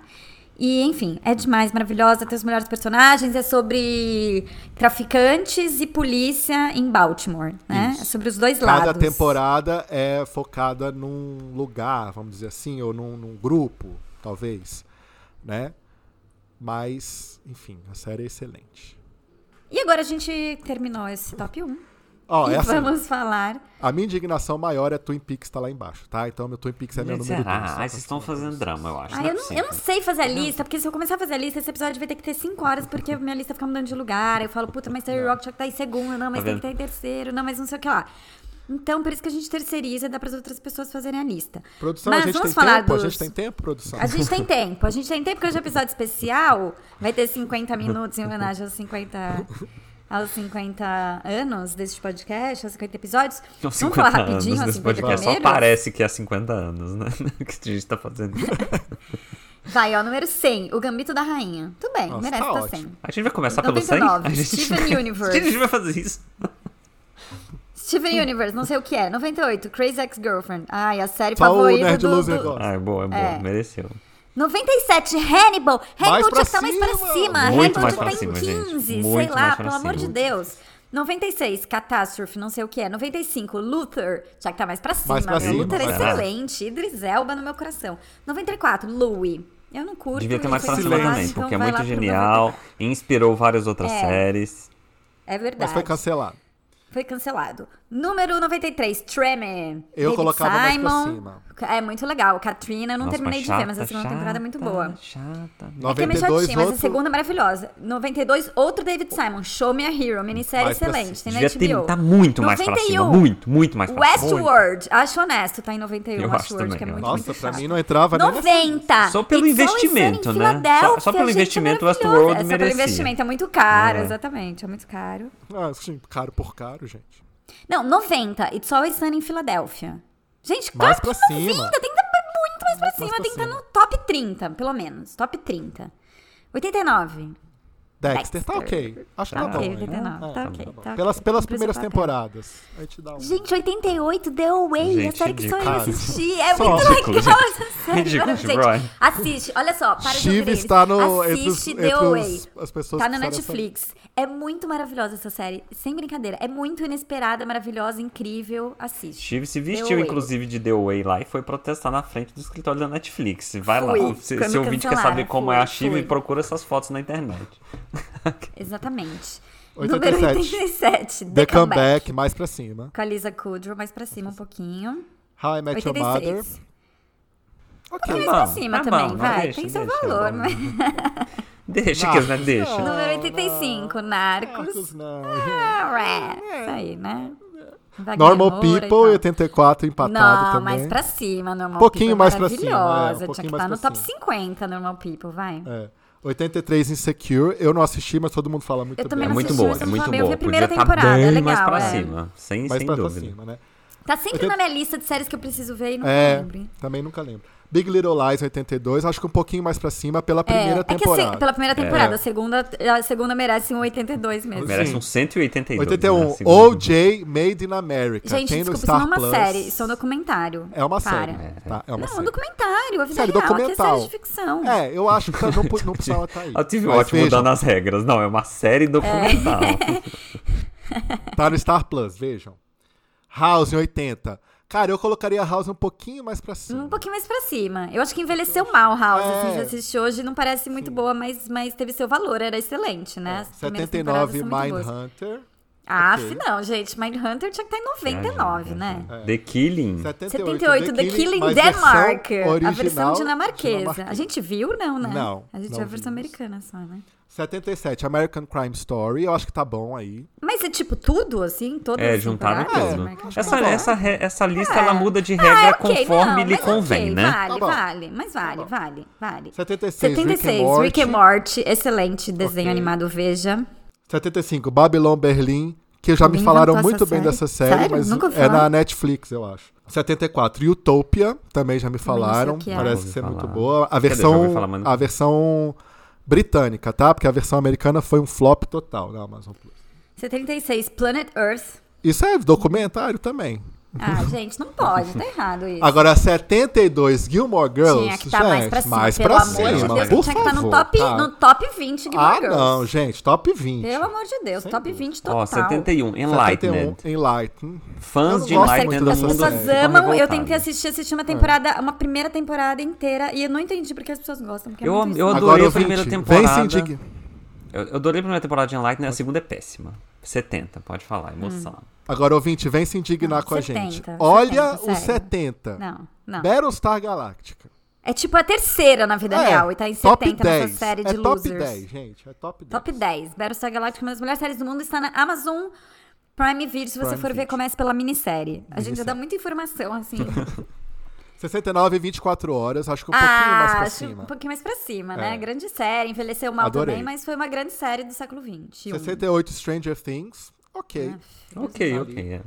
B: E, enfim, é demais, maravilhosa, tem os melhores personagens. É sobre traficantes e polícia em Baltimore, né? É sobre os dois
A: Cada
B: lados.
A: temporada é focada num lugar, vamos dizer assim, ou num, num grupo, talvez, né? Mas, enfim, a série é excelente.
B: E agora a gente terminou esse top 1.
A: Ó,
B: e
A: é assim,
B: vamos falar.
A: a minha indignação maior é Twin Peaks tá lá embaixo, tá? Então meu Twin Peaks é meu número
C: Será?
A: 2.
C: Ah, vocês estão fazendo drama, eu acho.
B: Ah,
C: não é
B: eu, não, eu
C: possível.
B: não sei fazer a lista, porque se eu começar a fazer a lista, esse episódio vai ter que ter 5 horas, porque minha lista fica mudando de lugar. Eu falo, puta, mas Terry Rock tinha que tá em segundo, não, mas
C: Tá
B: tem
C: vendo?
B: que tá em terceiro, não, mas não sei o que lá. Então, por isso que a gente terceiriza e dá para outras pessoas fazerem a lista.
A: Produção,
B: mas
A: a gente
B: vamos
A: tem
B: falar
A: tempo?
B: dos...
A: A gente tem tempo, produção?
B: A gente tem tempo, a gente tem tempo, porque hoje é um episódio especial, vai ter 50 minutos em homenagem aos 50, aos 50 anos deste podcast, aos 50 episóes.
C: São
B: Vamos falar
C: 50
B: rapidinho
C: anos
B: aos
C: desse
B: 50
C: podcast.
B: primeiros?
C: Só parece que é 50 anos, né? que a gente tá fazendo.
B: Vai, ó, número 100, O Gambito da Rainha. Tudo bem,
A: Nossa,
B: merece
A: tá
B: estar
A: ótimo.
B: 100.
C: A gente vai começar pelo 100?
B: 99,
C: A gente...
B: Steven Universe.
C: A gente vai fazer isso.
B: Steven Universe, não sei o que é. 98, Crazy Ex-Girlfriend. Ai, a série
A: Só o
B: favorita
A: Nerd
B: do...
A: Loser
B: do...
A: gosta.
C: Ah, é boa, é boa.
B: É.
C: Mereceu.
B: 97, Hannibal. Hannibal
A: pra
B: tinha que estar mais pra
A: cima.
B: cima.
C: Muito
B: Hannibal
C: mais
B: já tá
C: pra
B: em
C: cima,
B: 15,
C: gente.
B: sei
C: Muito
B: lá,
C: mais pra
B: pelo amor de
C: cima.
B: Deus. 96, Catástrofe, não sei o que é. 95, Luther, já que tá mais pra cima.
A: Mais pra
B: né?
A: cima,
B: Luther é
A: mais
C: pra
B: excelente, Idris Elba no meu coração. 94, Louie. Eu não curto.
C: Devia ter mais
B: eu
C: pra
B: sei
C: cima
B: lá,
C: também,
B: então
C: porque é
B: vai
C: muito
B: lá pro
C: genial,
B: 94.
C: inspirou várias outras
B: É.
C: séries.
B: É verdade.
A: Mas foi cancelado.
B: Foi cancelado. Número 93, Tremor.
A: Eu
B: David
A: colocava mais pra
B: Simon.
A: cima.
B: É muito legal. Katrina, eu não
C: Nossa,
B: terminei
C: mas
B: de ver, mas a
C: chata,
B: segunda temporada é muito
C: chata,
B: boa.
C: Chata.
B: É que é meio
A: 92,
B: chatinha, mas a
A: outro-
B: segunda é maravilhosa. 92, outro David Simon, Show Me a Hero, minissérie
A: Mais pra
B: excelente. Tem na
C: Devia ter,
B: HBO.
C: tá muito mais pra cima.
B: 91.
C: Muito, muito mais pra cima.
B: Westworld, acho honesto, tá em 91.
C: Eu acho
B: Westworld,
C: também,
B: que é
C: eu
B: muito,
A: Nossa,
B: muito
A: pra
B: chato.
A: mim não entrava nem assim. nessa-
B: 90.
C: Só pelo
B: It's Always
C: investimento,
B: Sunny in
C: né?
B: Philadelphia,
C: Só- só pelo
B: gente, é
C: investimento,
B: maravilhoso.
C: Westworld
B: É, Só pelo
C: merecia.
B: investimento, é muito caro,
C: É.
B: exatamente, é muito caro.
A: Ah, assim, caro por caro, gente.
B: Não, 90. It's Always Sunny em Filadélfia. Gente,
A: Mais
B: claro
A: pra
B: que
A: cima.
B: 90. Tem que estar muito mais pra cima.
A: pra
B: Tem que estar
A: cima.
B: no top 30, pelo menos. Top 30. 89.
A: Dexter, tá
B: Dexter.
A: ok. Acho que tá,
B: Tá
A: bom.
B: ok,
A: né?
B: 89. Tá
A: É,
B: ok, tá ok.
A: Pelas, pelas
B: Cumpre
A: primeiras
B: seu papel.
A: temporadas. A gente dá um.
B: Gente, 88, The Away. é a
C: Gente,
B: série que só eu
A: ridículo.
B: assisti. É
A: Só
B: muito
C: ridículo,
B: legal
C: gente.
B: essa série.
C: Ridículo,
B: gente.
C: Brian.
B: Assiste. Olha só, para de
A: Steve
B: ouvir
A: está
B: eles.
A: no, entre, os,
B: Assiste
A: entre
B: The Away.
A: os- as pessoas
B: Tá
A: que
B: na
A: fizeram essa-
B: Netflix. É muito maravilhosa essa série. Sem brincadeira. É muito inesperada, maravilhosa, incrível. Assiste.
C: Steve se
B: The
C: vestiu,
B: Way.
C: inclusive, de The Way lá e foi protestar na frente do escritório da Netflix. Vai
B: Fui,
C: lá. Se,
B: quando
C: se ouvinte quer
B: cancelaram,
C: saber como
B: fui,
C: é a Steve,
B: fui.
C: procura essas fotos na internet.
B: Exatamente.
A: 87.
B: Número 87.
A: The Comeback, mais pra cima.
B: Com a Lisa Kudrow, mais pra cima um pouquinho.
A: How I Met Your Mother.
B: 86.
A: Ok.
B: Mais
C: Tá
B: pra
C: bom,
B: cima
C: tá
B: também,
C: bom,
B: vai.
C: deixa,
B: Tem seu
C: deixa,
B: valor.
C: bom.
B: Mas...
C: Deixa,
A: Não.
C: que né? Deixa.
A: Não.
B: Número 85, Narcos.
A: Não.
B: Ah, é. Isso aí, né? Wagner
A: Normal
B: Moura e
A: People,
B: tal.
A: 84, empatado
B: Não,
A: também.
B: mais pra cima, Normal
A: Pouquinho
B: People.
A: mais
B: é
A: pra cima, é, um
B: maravilhosa. Tinha
A: pouquinho
B: que
A: mais
B: estar no
A: pra
B: top
A: cima.
B: 50, Normal People, vai.
A: É. 83, Insecure. Eu não assisti, mas todo mundo fala muito
B: Eu
A: bem.
B: também
C: É
B: não
C: muito
B: assisti,
C: boa,
B: mas
C: é
B: eu
C: muito
B: também vi
C: boa.
B: a primeira
C: Podia tá
B: temporada, é
C: bem mais
B: legal,
C: pra
B: é.
C: cima. Sem,
A: mais
C: sem
A: pra, pra
C: dúvida.
A: cima, né?
B: Tá sempre
A: Oitenta-
B: na minha lista de séries que eu preciso ver e não
A: É,
B: lembro. hein?
A: também nunca lembro. Big Little Lies, 82. Acho que um pouquinho mais pra cima pela primeira
B: é,
A: temporada.
B: É que assim, pela primeira temporada,
A: É.
B: a, segunda, a segunda merece um 82 mesmo.
A: Sim.
C: Merece um 182.
A: 81,
C: né? Segundo.
A: OJ um, Made in America.
B: Gente,
A: tem no
B: desculpa, isso
A: Tá Star
B: não é uma
A: Plus.
B: série, isso é um documentário.
A: É uma
B: Para.
A: série. tá? É uma
B: Não, é um
A: série.
B: documentário, a vida
A: Série
B: real, aqui é
A: documental.
B: série de ficção.
A: É, eu acho que não, pu- não precisava estar tá aí.
C: Eu tive um
A: Mas
C: ótimo
A: vejam,
C: mudando as regras. Não, é uma série documental.
B: É.
A: Tá no Star Plus, vejam. House em 80. Cara, eu colocaria House um pouquinho mais pra cima.
B: Um pouquinho mais pra cima. Eu acho que envelheceu mal House,
A: É.
B: assim, você assiste hoje, não parece muito boa, mas, mas teve seu valor, era excelente,
A: É,
B: né? As primeiras temporadas
A: 79,
B: são muito boas.
A: Mindhunter.
B: Ah,
A: ok.
B: se não, gente, Mindhunter tinha que estar em 99,
C: é.
B: né?
A: É.
C: The Killing.
A: 78,
B: 78, The Killing
A: mas versão
B: Denmark, a versão
A: original
B: dinamarquesa. A
A: dinamarquesa.
B: gente viu, não, né?
A: Não,
B: A
A: não
B: gente viu a
A: vimos.
B: versão americana só, né?
A: 77, American Crime Story. Eu acho que tá bom aí.
B: Mas é tipo tudo, assim? Todas
C: É,
B: as
C: juntaram
B: temporadas?
C: tudo.
A: né?
B: Como é que
C: Essa,
A: tá
B: é?
C: essa, re- essa lista,
B: É.
C: ela muda de
B: Ah,
C: regra
B: ok,
C: conforme
B: não,
C: lhe
B: mas
C: convém,
B: ok,
C: né?
A: Tá
B: Vale,
A: bom.
B: vale, mas vale, vale, vale.
A: 76,
B: 76,
A: Rick and Morty.
B: Rick and Morty, excelente desenho
A: Ok.
B: animado, veja.
A: 75, Babylon Berlim. que já
B: Alguém
A: me falaram
B: inventou
A: muito
B: essa
A: bem
B: série?
A: dessa série,
B: Sério?
A: mas
B: Nunca ouvi
A: é
B: falar.
A: na Netflix, eu acho. 74. Utopia, também já me
B: não sei o
A: falaram.
B: que é.
C: Ouvi
A: Parece ser muito
C: falar.
A: boa. A
C: Quer dizer, já ouvi
A: versão,
C: falar, mas não-
A: a versão britânica, tá? Porque a versão americana foi um flop total na Amazon Plus.
B: 76, Planet Earth.
A: Isso é documentário também.
B: Ah, gente, não pode, tá errado isso.
A: Agora, 72 Gilmore Girls.
B: tinha que estar mais
A: gente,
B: pra cima,
A: mais
B: pelo
A: pra
B: amor de
A: cima,
B: Deus,
A: por
B: tinha que estar no
A: favor,
B: top,
A: tá?
B: no top 20 Gilmore
A: Ah,
B: Girls.
A: não, gente, top 20.
B: Pelo amor de Deus, top 20 total.
C: Ó, 71, Enlightened.
A: 71, Enlightened. um. Eu
C: Fãs
A: não
C: de
A: gosto
C: Enlightened
A: muito
C: no
B: é
A: dessa
B: as
C: né? mundo
A: série.
B: pessoas
C: ficam
B: amam, eu
C: revoltadas.
B: tentei assistir, assistir uma temporada, uma primeira temporada inteira, e eu não entendi porque as pessoas gostam. Porque é
C: Eu
B: muito
C: am-
B: isso.
C: eu adoro-
A: Agora,
C: a
A: ouvinte,
C: primeira
A: Vem se
C: temporada.
A: indignar.
C: Eu, eu adorei a primeira temporada de
B: Hum.
C: Enlightened, a segunda é péssima. 70, pode falar, emoção.
A: Agora, ouvinte, vem se indignar
B: Não,
A: com a
B: 70,
A: gente.
B: 70,
A: Olha o
B: sério.
A: 70.
B: Não, não.
A: Battlestar Galactica.
B: É tipo a terceira na vida
A: É,
B: real, e tá em
A: top
B: 70 nessa
A: 10.
B: série
A: é
B: de
A: top
B: losers.
A: 10, gente. É top 10.
B: Top 10. Battlestar Galactica, uma das melhores séries do mundo, está na Amazon Prime Video. Se você
A: Prime
B: for ver,
A: Video.
B: começa pela minissérie. A gente
A: Minissérie.
B: já
A: Um
B: dá muita informação, assim.
A: 69 e 24 horas. Acho que um pouquinho mais
B: ah,
A: pra
B: acho
A: cima.
B: um pouquinho mais pra cima, né?
A: É.
B: Grande série, envelheceu mal
A: Adorei.
B: também, mas foi uma grande série do século É. XXI.
A: 68 Stranger Things. Ok.
C: Ok, ok. é.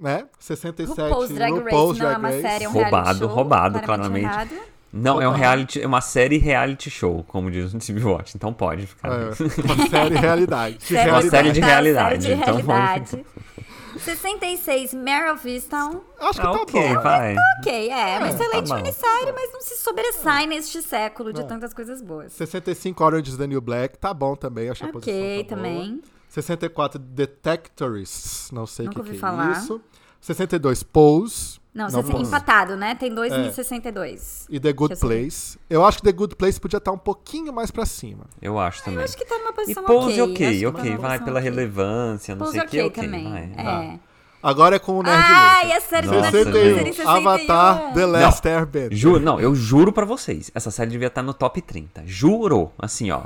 A: Né? 67
B: RuPaul's Drag Race
A: RuPaul's
B: não é
A: Drag
B: uma
A: Race.
B: série, é um
C: Roubado,
B: reality show.
C: roubado, claramente.
B: errado.
C: Não, é um
A: Opa.
C: reality, é uma série reality show, como diz o TV Watch, então pode ficar.
A: É, uma série realidade. De
B: Série
A: realidade.
C: série de
B: documental,
C: realidade,
B: Série de
C: então vamos-
B: realidade. 66, Meryl Vistown.
A: Acho que
C: Ah,
A: tá
C: ok,
A: bom.
C: vai.
B: Ok, é, uma excelente
C: tá bom.
B: minissérie, mas não se sobressai neste século de tantas coisas boas.
A: 65 Orange is the New Black. Tá bom também. Acho que a posição
B: Ok,
A: tá boa.
B: também.
A: 64 Detectorists. Não sei o que,
B: Nunca ouvi
A: que é
B: falar.
A: isso. 62 Pose.
B: Não,
A: Não
B: você
A: posso.
B: empatado, né? Tem dois
A: É.
B: e 62.
A: E The Good
B: Deixa eu ver.
A: Place. Eu acho que The Good Place podia estar um pouquinho mais pra cima.
C: Eu acho também.
B: Eu acho que tá numa
C: E
B: posição
C: pose
B: ok. acho
C: ok,
B: que tá
C: ok,
B: numa
C: vai
B: posição
C: pela
B: ok.
C: relevância, não
B: Pose
C: sei o que,
B: ok
C: ok,
B: também,
C: vai. Ah.
B: é.
A: Agora é com o Nerd
B: Ai,
A: Luca.
B: a Ah, série um. do
C: Nossa,
B: Netflix
C: gente.
B: em 61. É
A: Avatar The Last Airbender.
C: Juro, não, eu juro pra vocês, essa série devia estar no top 30. Juro, assim, ó.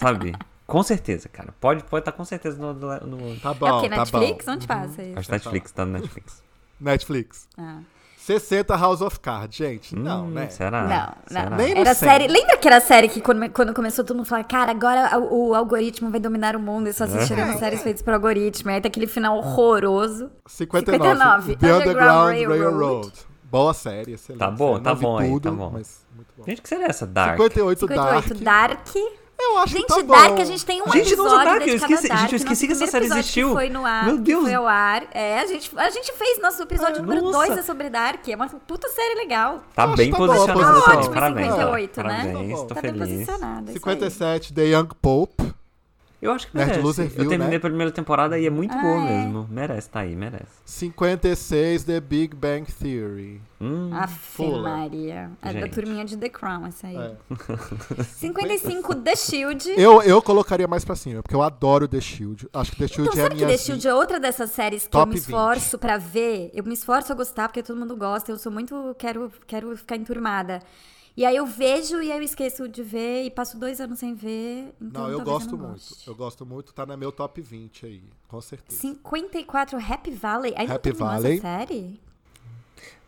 C: Sabe? Com certeza, cara. Pode estar pode tá com certeza no. no, no...
A: Tá bom,
B: É porque
A: tá
B: Netflix?
A: bom.
B: Onde passa isso?
C: Acho Netflix, tá no Netflix.
A: Netflix.
B: Ah.
A: 60 House of Cards, gente. não,
C: Hum,
A: né?
C: Será?
B: Não, não.
C: Será?
A: Nem no
B: Era
A: cem.
B: série. Lembra que era a série que quando, quando começou todo mundo falava, cara, agora o, o algoritmo vai dominar o mundo e só assistiram
A: É.
B: séries feitas por algoritmo. E aí tem aquele final horroroso.
A: 59.
B: 59,
A: The Underground,
B: Underground
A: Railroad.
B: Railroad.
A: Boa série, excelente.
C: Tá bom,
A: série.
C: tá
A: Não vi
C: bom aí,
A: tudo,
C: tá bom.
A: Mas muito bom.
C: Gente, o que seria essa Dark? Então
A: 58,
B: 58
A: Dark.
B: Dark.
A: Eu acho
B: Gente,
A: que tá bom.
B: Dark, a gente tem um
C: Gente, não usa
B: episódio
C: Dark, eu
B: dedicado a
C: esqueci-
B: Dark.
C: gente, eu esqueci
B: Nosso
C: que
B: primeiro
C: essa série
B: episódio
C: existiu.
B: Que foi no ar,
C: Meu
B: que
C: Deus.
B: Foi ao ar. É, a gente, a gente fez nosso episódio número
C: Nossa.
B: 2 é sobre Dark. É uma puta série legal.
C: Tá
A: Acho
C: bem
A: que tá bom,
C: posicionado
A: tá
C: essa série,
A: ótimo,
C: parabéns.
B: 58, né?
C: Parabéns, tô
B: tá bem
C: feliz.
B: posicionada. isso aí.
A: 57 The Young Pope.
C: Eu acho que
A: Nerd
C: merece.
A: Loser viu,
C: eu terminei
A: né?
C: a primeira temporada e é muito boa
B: Ah, é.
C: mesmo. Merece, tá aí, merece.
A: 56 The Big Bang Theory.
C: Hum,
B: Aff,
A: Fula.
B: Maria. É da
C: Gente.
B: turminha de The Crown, essa aí.
A: É.
B: 55, The Shield.
A: Eu, eu colocaria mais pra cima, porque eu adoro The Shield. Acho que The Shield
B: Então,
A: é a
B: sabe que
A: minha...
B: The Shield é outra dessas séries que eu
A: Top
B: me
A: 20.
B: esforço pra ver? Eu me esforço a gostar, porque todo mundo gosta. Eu sou muito. Quero, quero ficar enturmada. E aí eu vejo e aí eu esqueço de ver e passo dois anos sem ver. Então
A: Não, eu
B: talvez
A: gosto
B: não
A: muito.
B: goste.
A: Eu gosto muito. Tá na meu top 20 aí, com certeza.
B: 54, Happy Valley. Ainda
A: Happy
B: terminou
A: Valley.
B: essa série?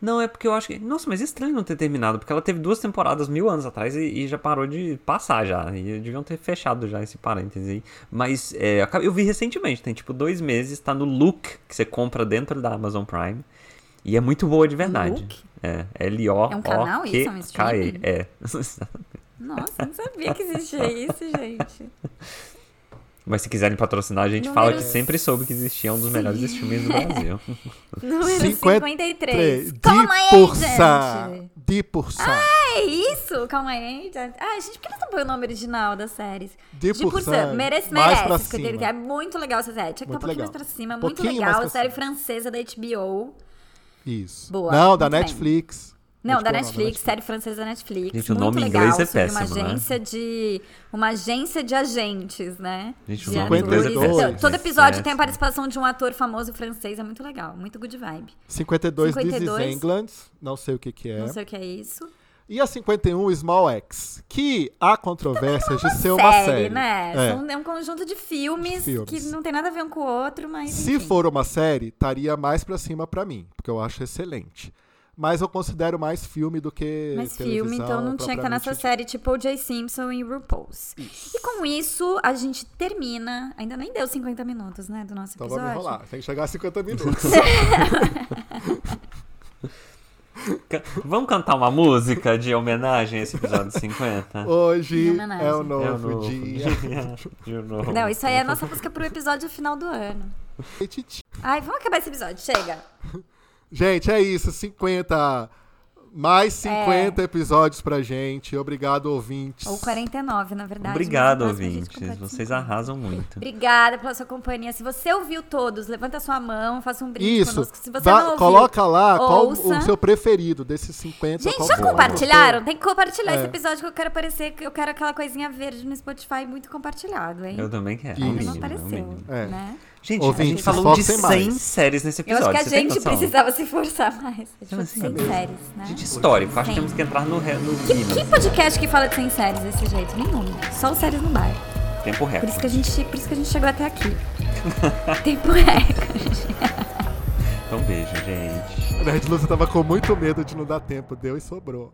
C: Não, é porque eu acho que. Nossa, mas estranho não ter terminado, porque ela teve duas temporadas mil anos atrás e, e já parou de passar já. E deviam ter fechado já esse parêntese aí. Mas é, acab- eu vi recentemente, tem tipo dois meses, tá no Look, que você compra dentro da Amazon Prime. E é muito boa de verdade.
B: Look?
C: É, l o
B: É um canal isso? É um
C: K
B: streaming?
C: E. É.
B: Nossa, não sabia que existia isso, gente.
C: Mas se quiserem patrocinar, a gente fala que
B: Número
C: sempre soube que existia um dos melhores streamings do Brasil.
B: Número 53. Calma aí, gente.
A: Dipursa. Dipursa.
B: É isso? Calma aí. tá- Ah, gente, por que não põe o nome original das séries?
A: De por sangue.
B: Merece,
A: Mais
B: merece.
A: pra
B: 53.
A: cima.
B: É muito legal essa série. Tinha que
A: Muito
B: estar um pouquinho
A: legal.
B: mais pra cima.
A: Um
B: Muito
A: pouquinho
B: legal.
A: mais pra
B: Série
A: cima.
B: francesa da HBO.
A: Isso.
B: Boa,
A: Não, da
B: muito bem.
A: Netflix.
B: Não, da
A: HBO,
B: Netflix, série francesa da Netflix.
C: Gente, o
B: muito
C: nome em
B: legal,
C: inglês é
B: sobre uma
C: péssimo, né?
B: agência de. Uma agência de agentes, né?
C: Gente, o
B: de
C: nome em
A: inglês é
B: atores.
A: péssimo,
B: Então, Todo
C: né?
B: episódio tem a
C: Péssimo.
B: participação de um ator famoso francês, é muito legal. Muito good vibe.
A: 52, 52 This
B: 52.
A: is England. Não sei o que que é.
B: Não sei o que é isso.
A: E a 51 Small X, que há controvérsias de ser
B: é série,
A: uma série.
B: né?
A: É.
B: São- É. um conjunto de filmes,
A: De filmes.
B: que não tem nada a ver um com o outro, mas.
A: Se
B: enfim.
A: for uma série, estaria mais pra cima pra mim, porque eu acho excelente. Mas eu considero mais filme do que.
B: Mas filme, então não tinha que estar nessa série tipo o Jay Simpson e RuPaul's. E com isso, a gente termina. Ainda nem deu 50 minutos, né? Do nosso
A: Então
B: episódio.
A: vamos enrolar. Tem que chegar a 50 minutos.
C: Ca- Vamos cantar uma música de homenagem a esse episódio 50?
A: Hoje
B: Em homenagem.
A: é o
C: É
A: novo,
C: o novo
A: dia.
C: De novo.
B: Não, isso aí é a nossa música pro episódio final do ano. Ai, vamos acabar esse episódio, chega.
A: Gente, é isso. 50. Mais
B: É.
A: 50 episódios pra gente. Obrigado, ouvintes.
B: Ou 49, na verdade.
C: Obrigado,
B: mas no próximo a gente
C: ouvintes.
B: completa
C: Vocês
B: 50.
C: arrasam muito.
B: Obrigada pela sua companhia. Se você ouviu todos, levanta a sua mão, faça um brinde
A: Isso.
B: conosco. Se você
A: Vá-
B: não ouviu,
A: coloca Tá lá qual
B: ouça.
A: o seu preferido desses 50.
B: Gente,
A: qual
B: já
A: foi?
B: compartilharam? Tem que compartilhar
A: É.
B: esse episódio que eu quero aparecer, que eu quero aquela coisinha verde no Spotify muito compartilhado, hein?
C: Eu também quero.
A: Isso.
C: é o
B: Ainda não
C: mínimo, é o
B: apareceu,
C: mínimo.
A: É.
B: né?
C: Gente, a
A: Ouvintes,
C: gente falou de 100
A: esforcem mais.
C: séries nesse
B: Eu
C: episódio.
B: acho que a
C: você tem
B: gente
C: noção?
B: precisava se forçar mais. A gente
C: Então,
B: falou
C: assim,
B: sem
C: é mesmo.
B: séries, né?
C: Gente, histórico. Acho que
B: Sim.
C: temos que entrar no, re- no
B: Que
C: Guinness.
B: podcast que fala de sem séries desse jeito? Nenhum. Só o séries no bar.
C: Tempo
B: Por
C: recorde.
B: isso que a gente, por isso que a gente chegou até aqui. Tempo recorde.
C: Então, beijo, gente.
A: A Nerd Lusa tava com muito medo de não dar tempo. Deu e sobrou.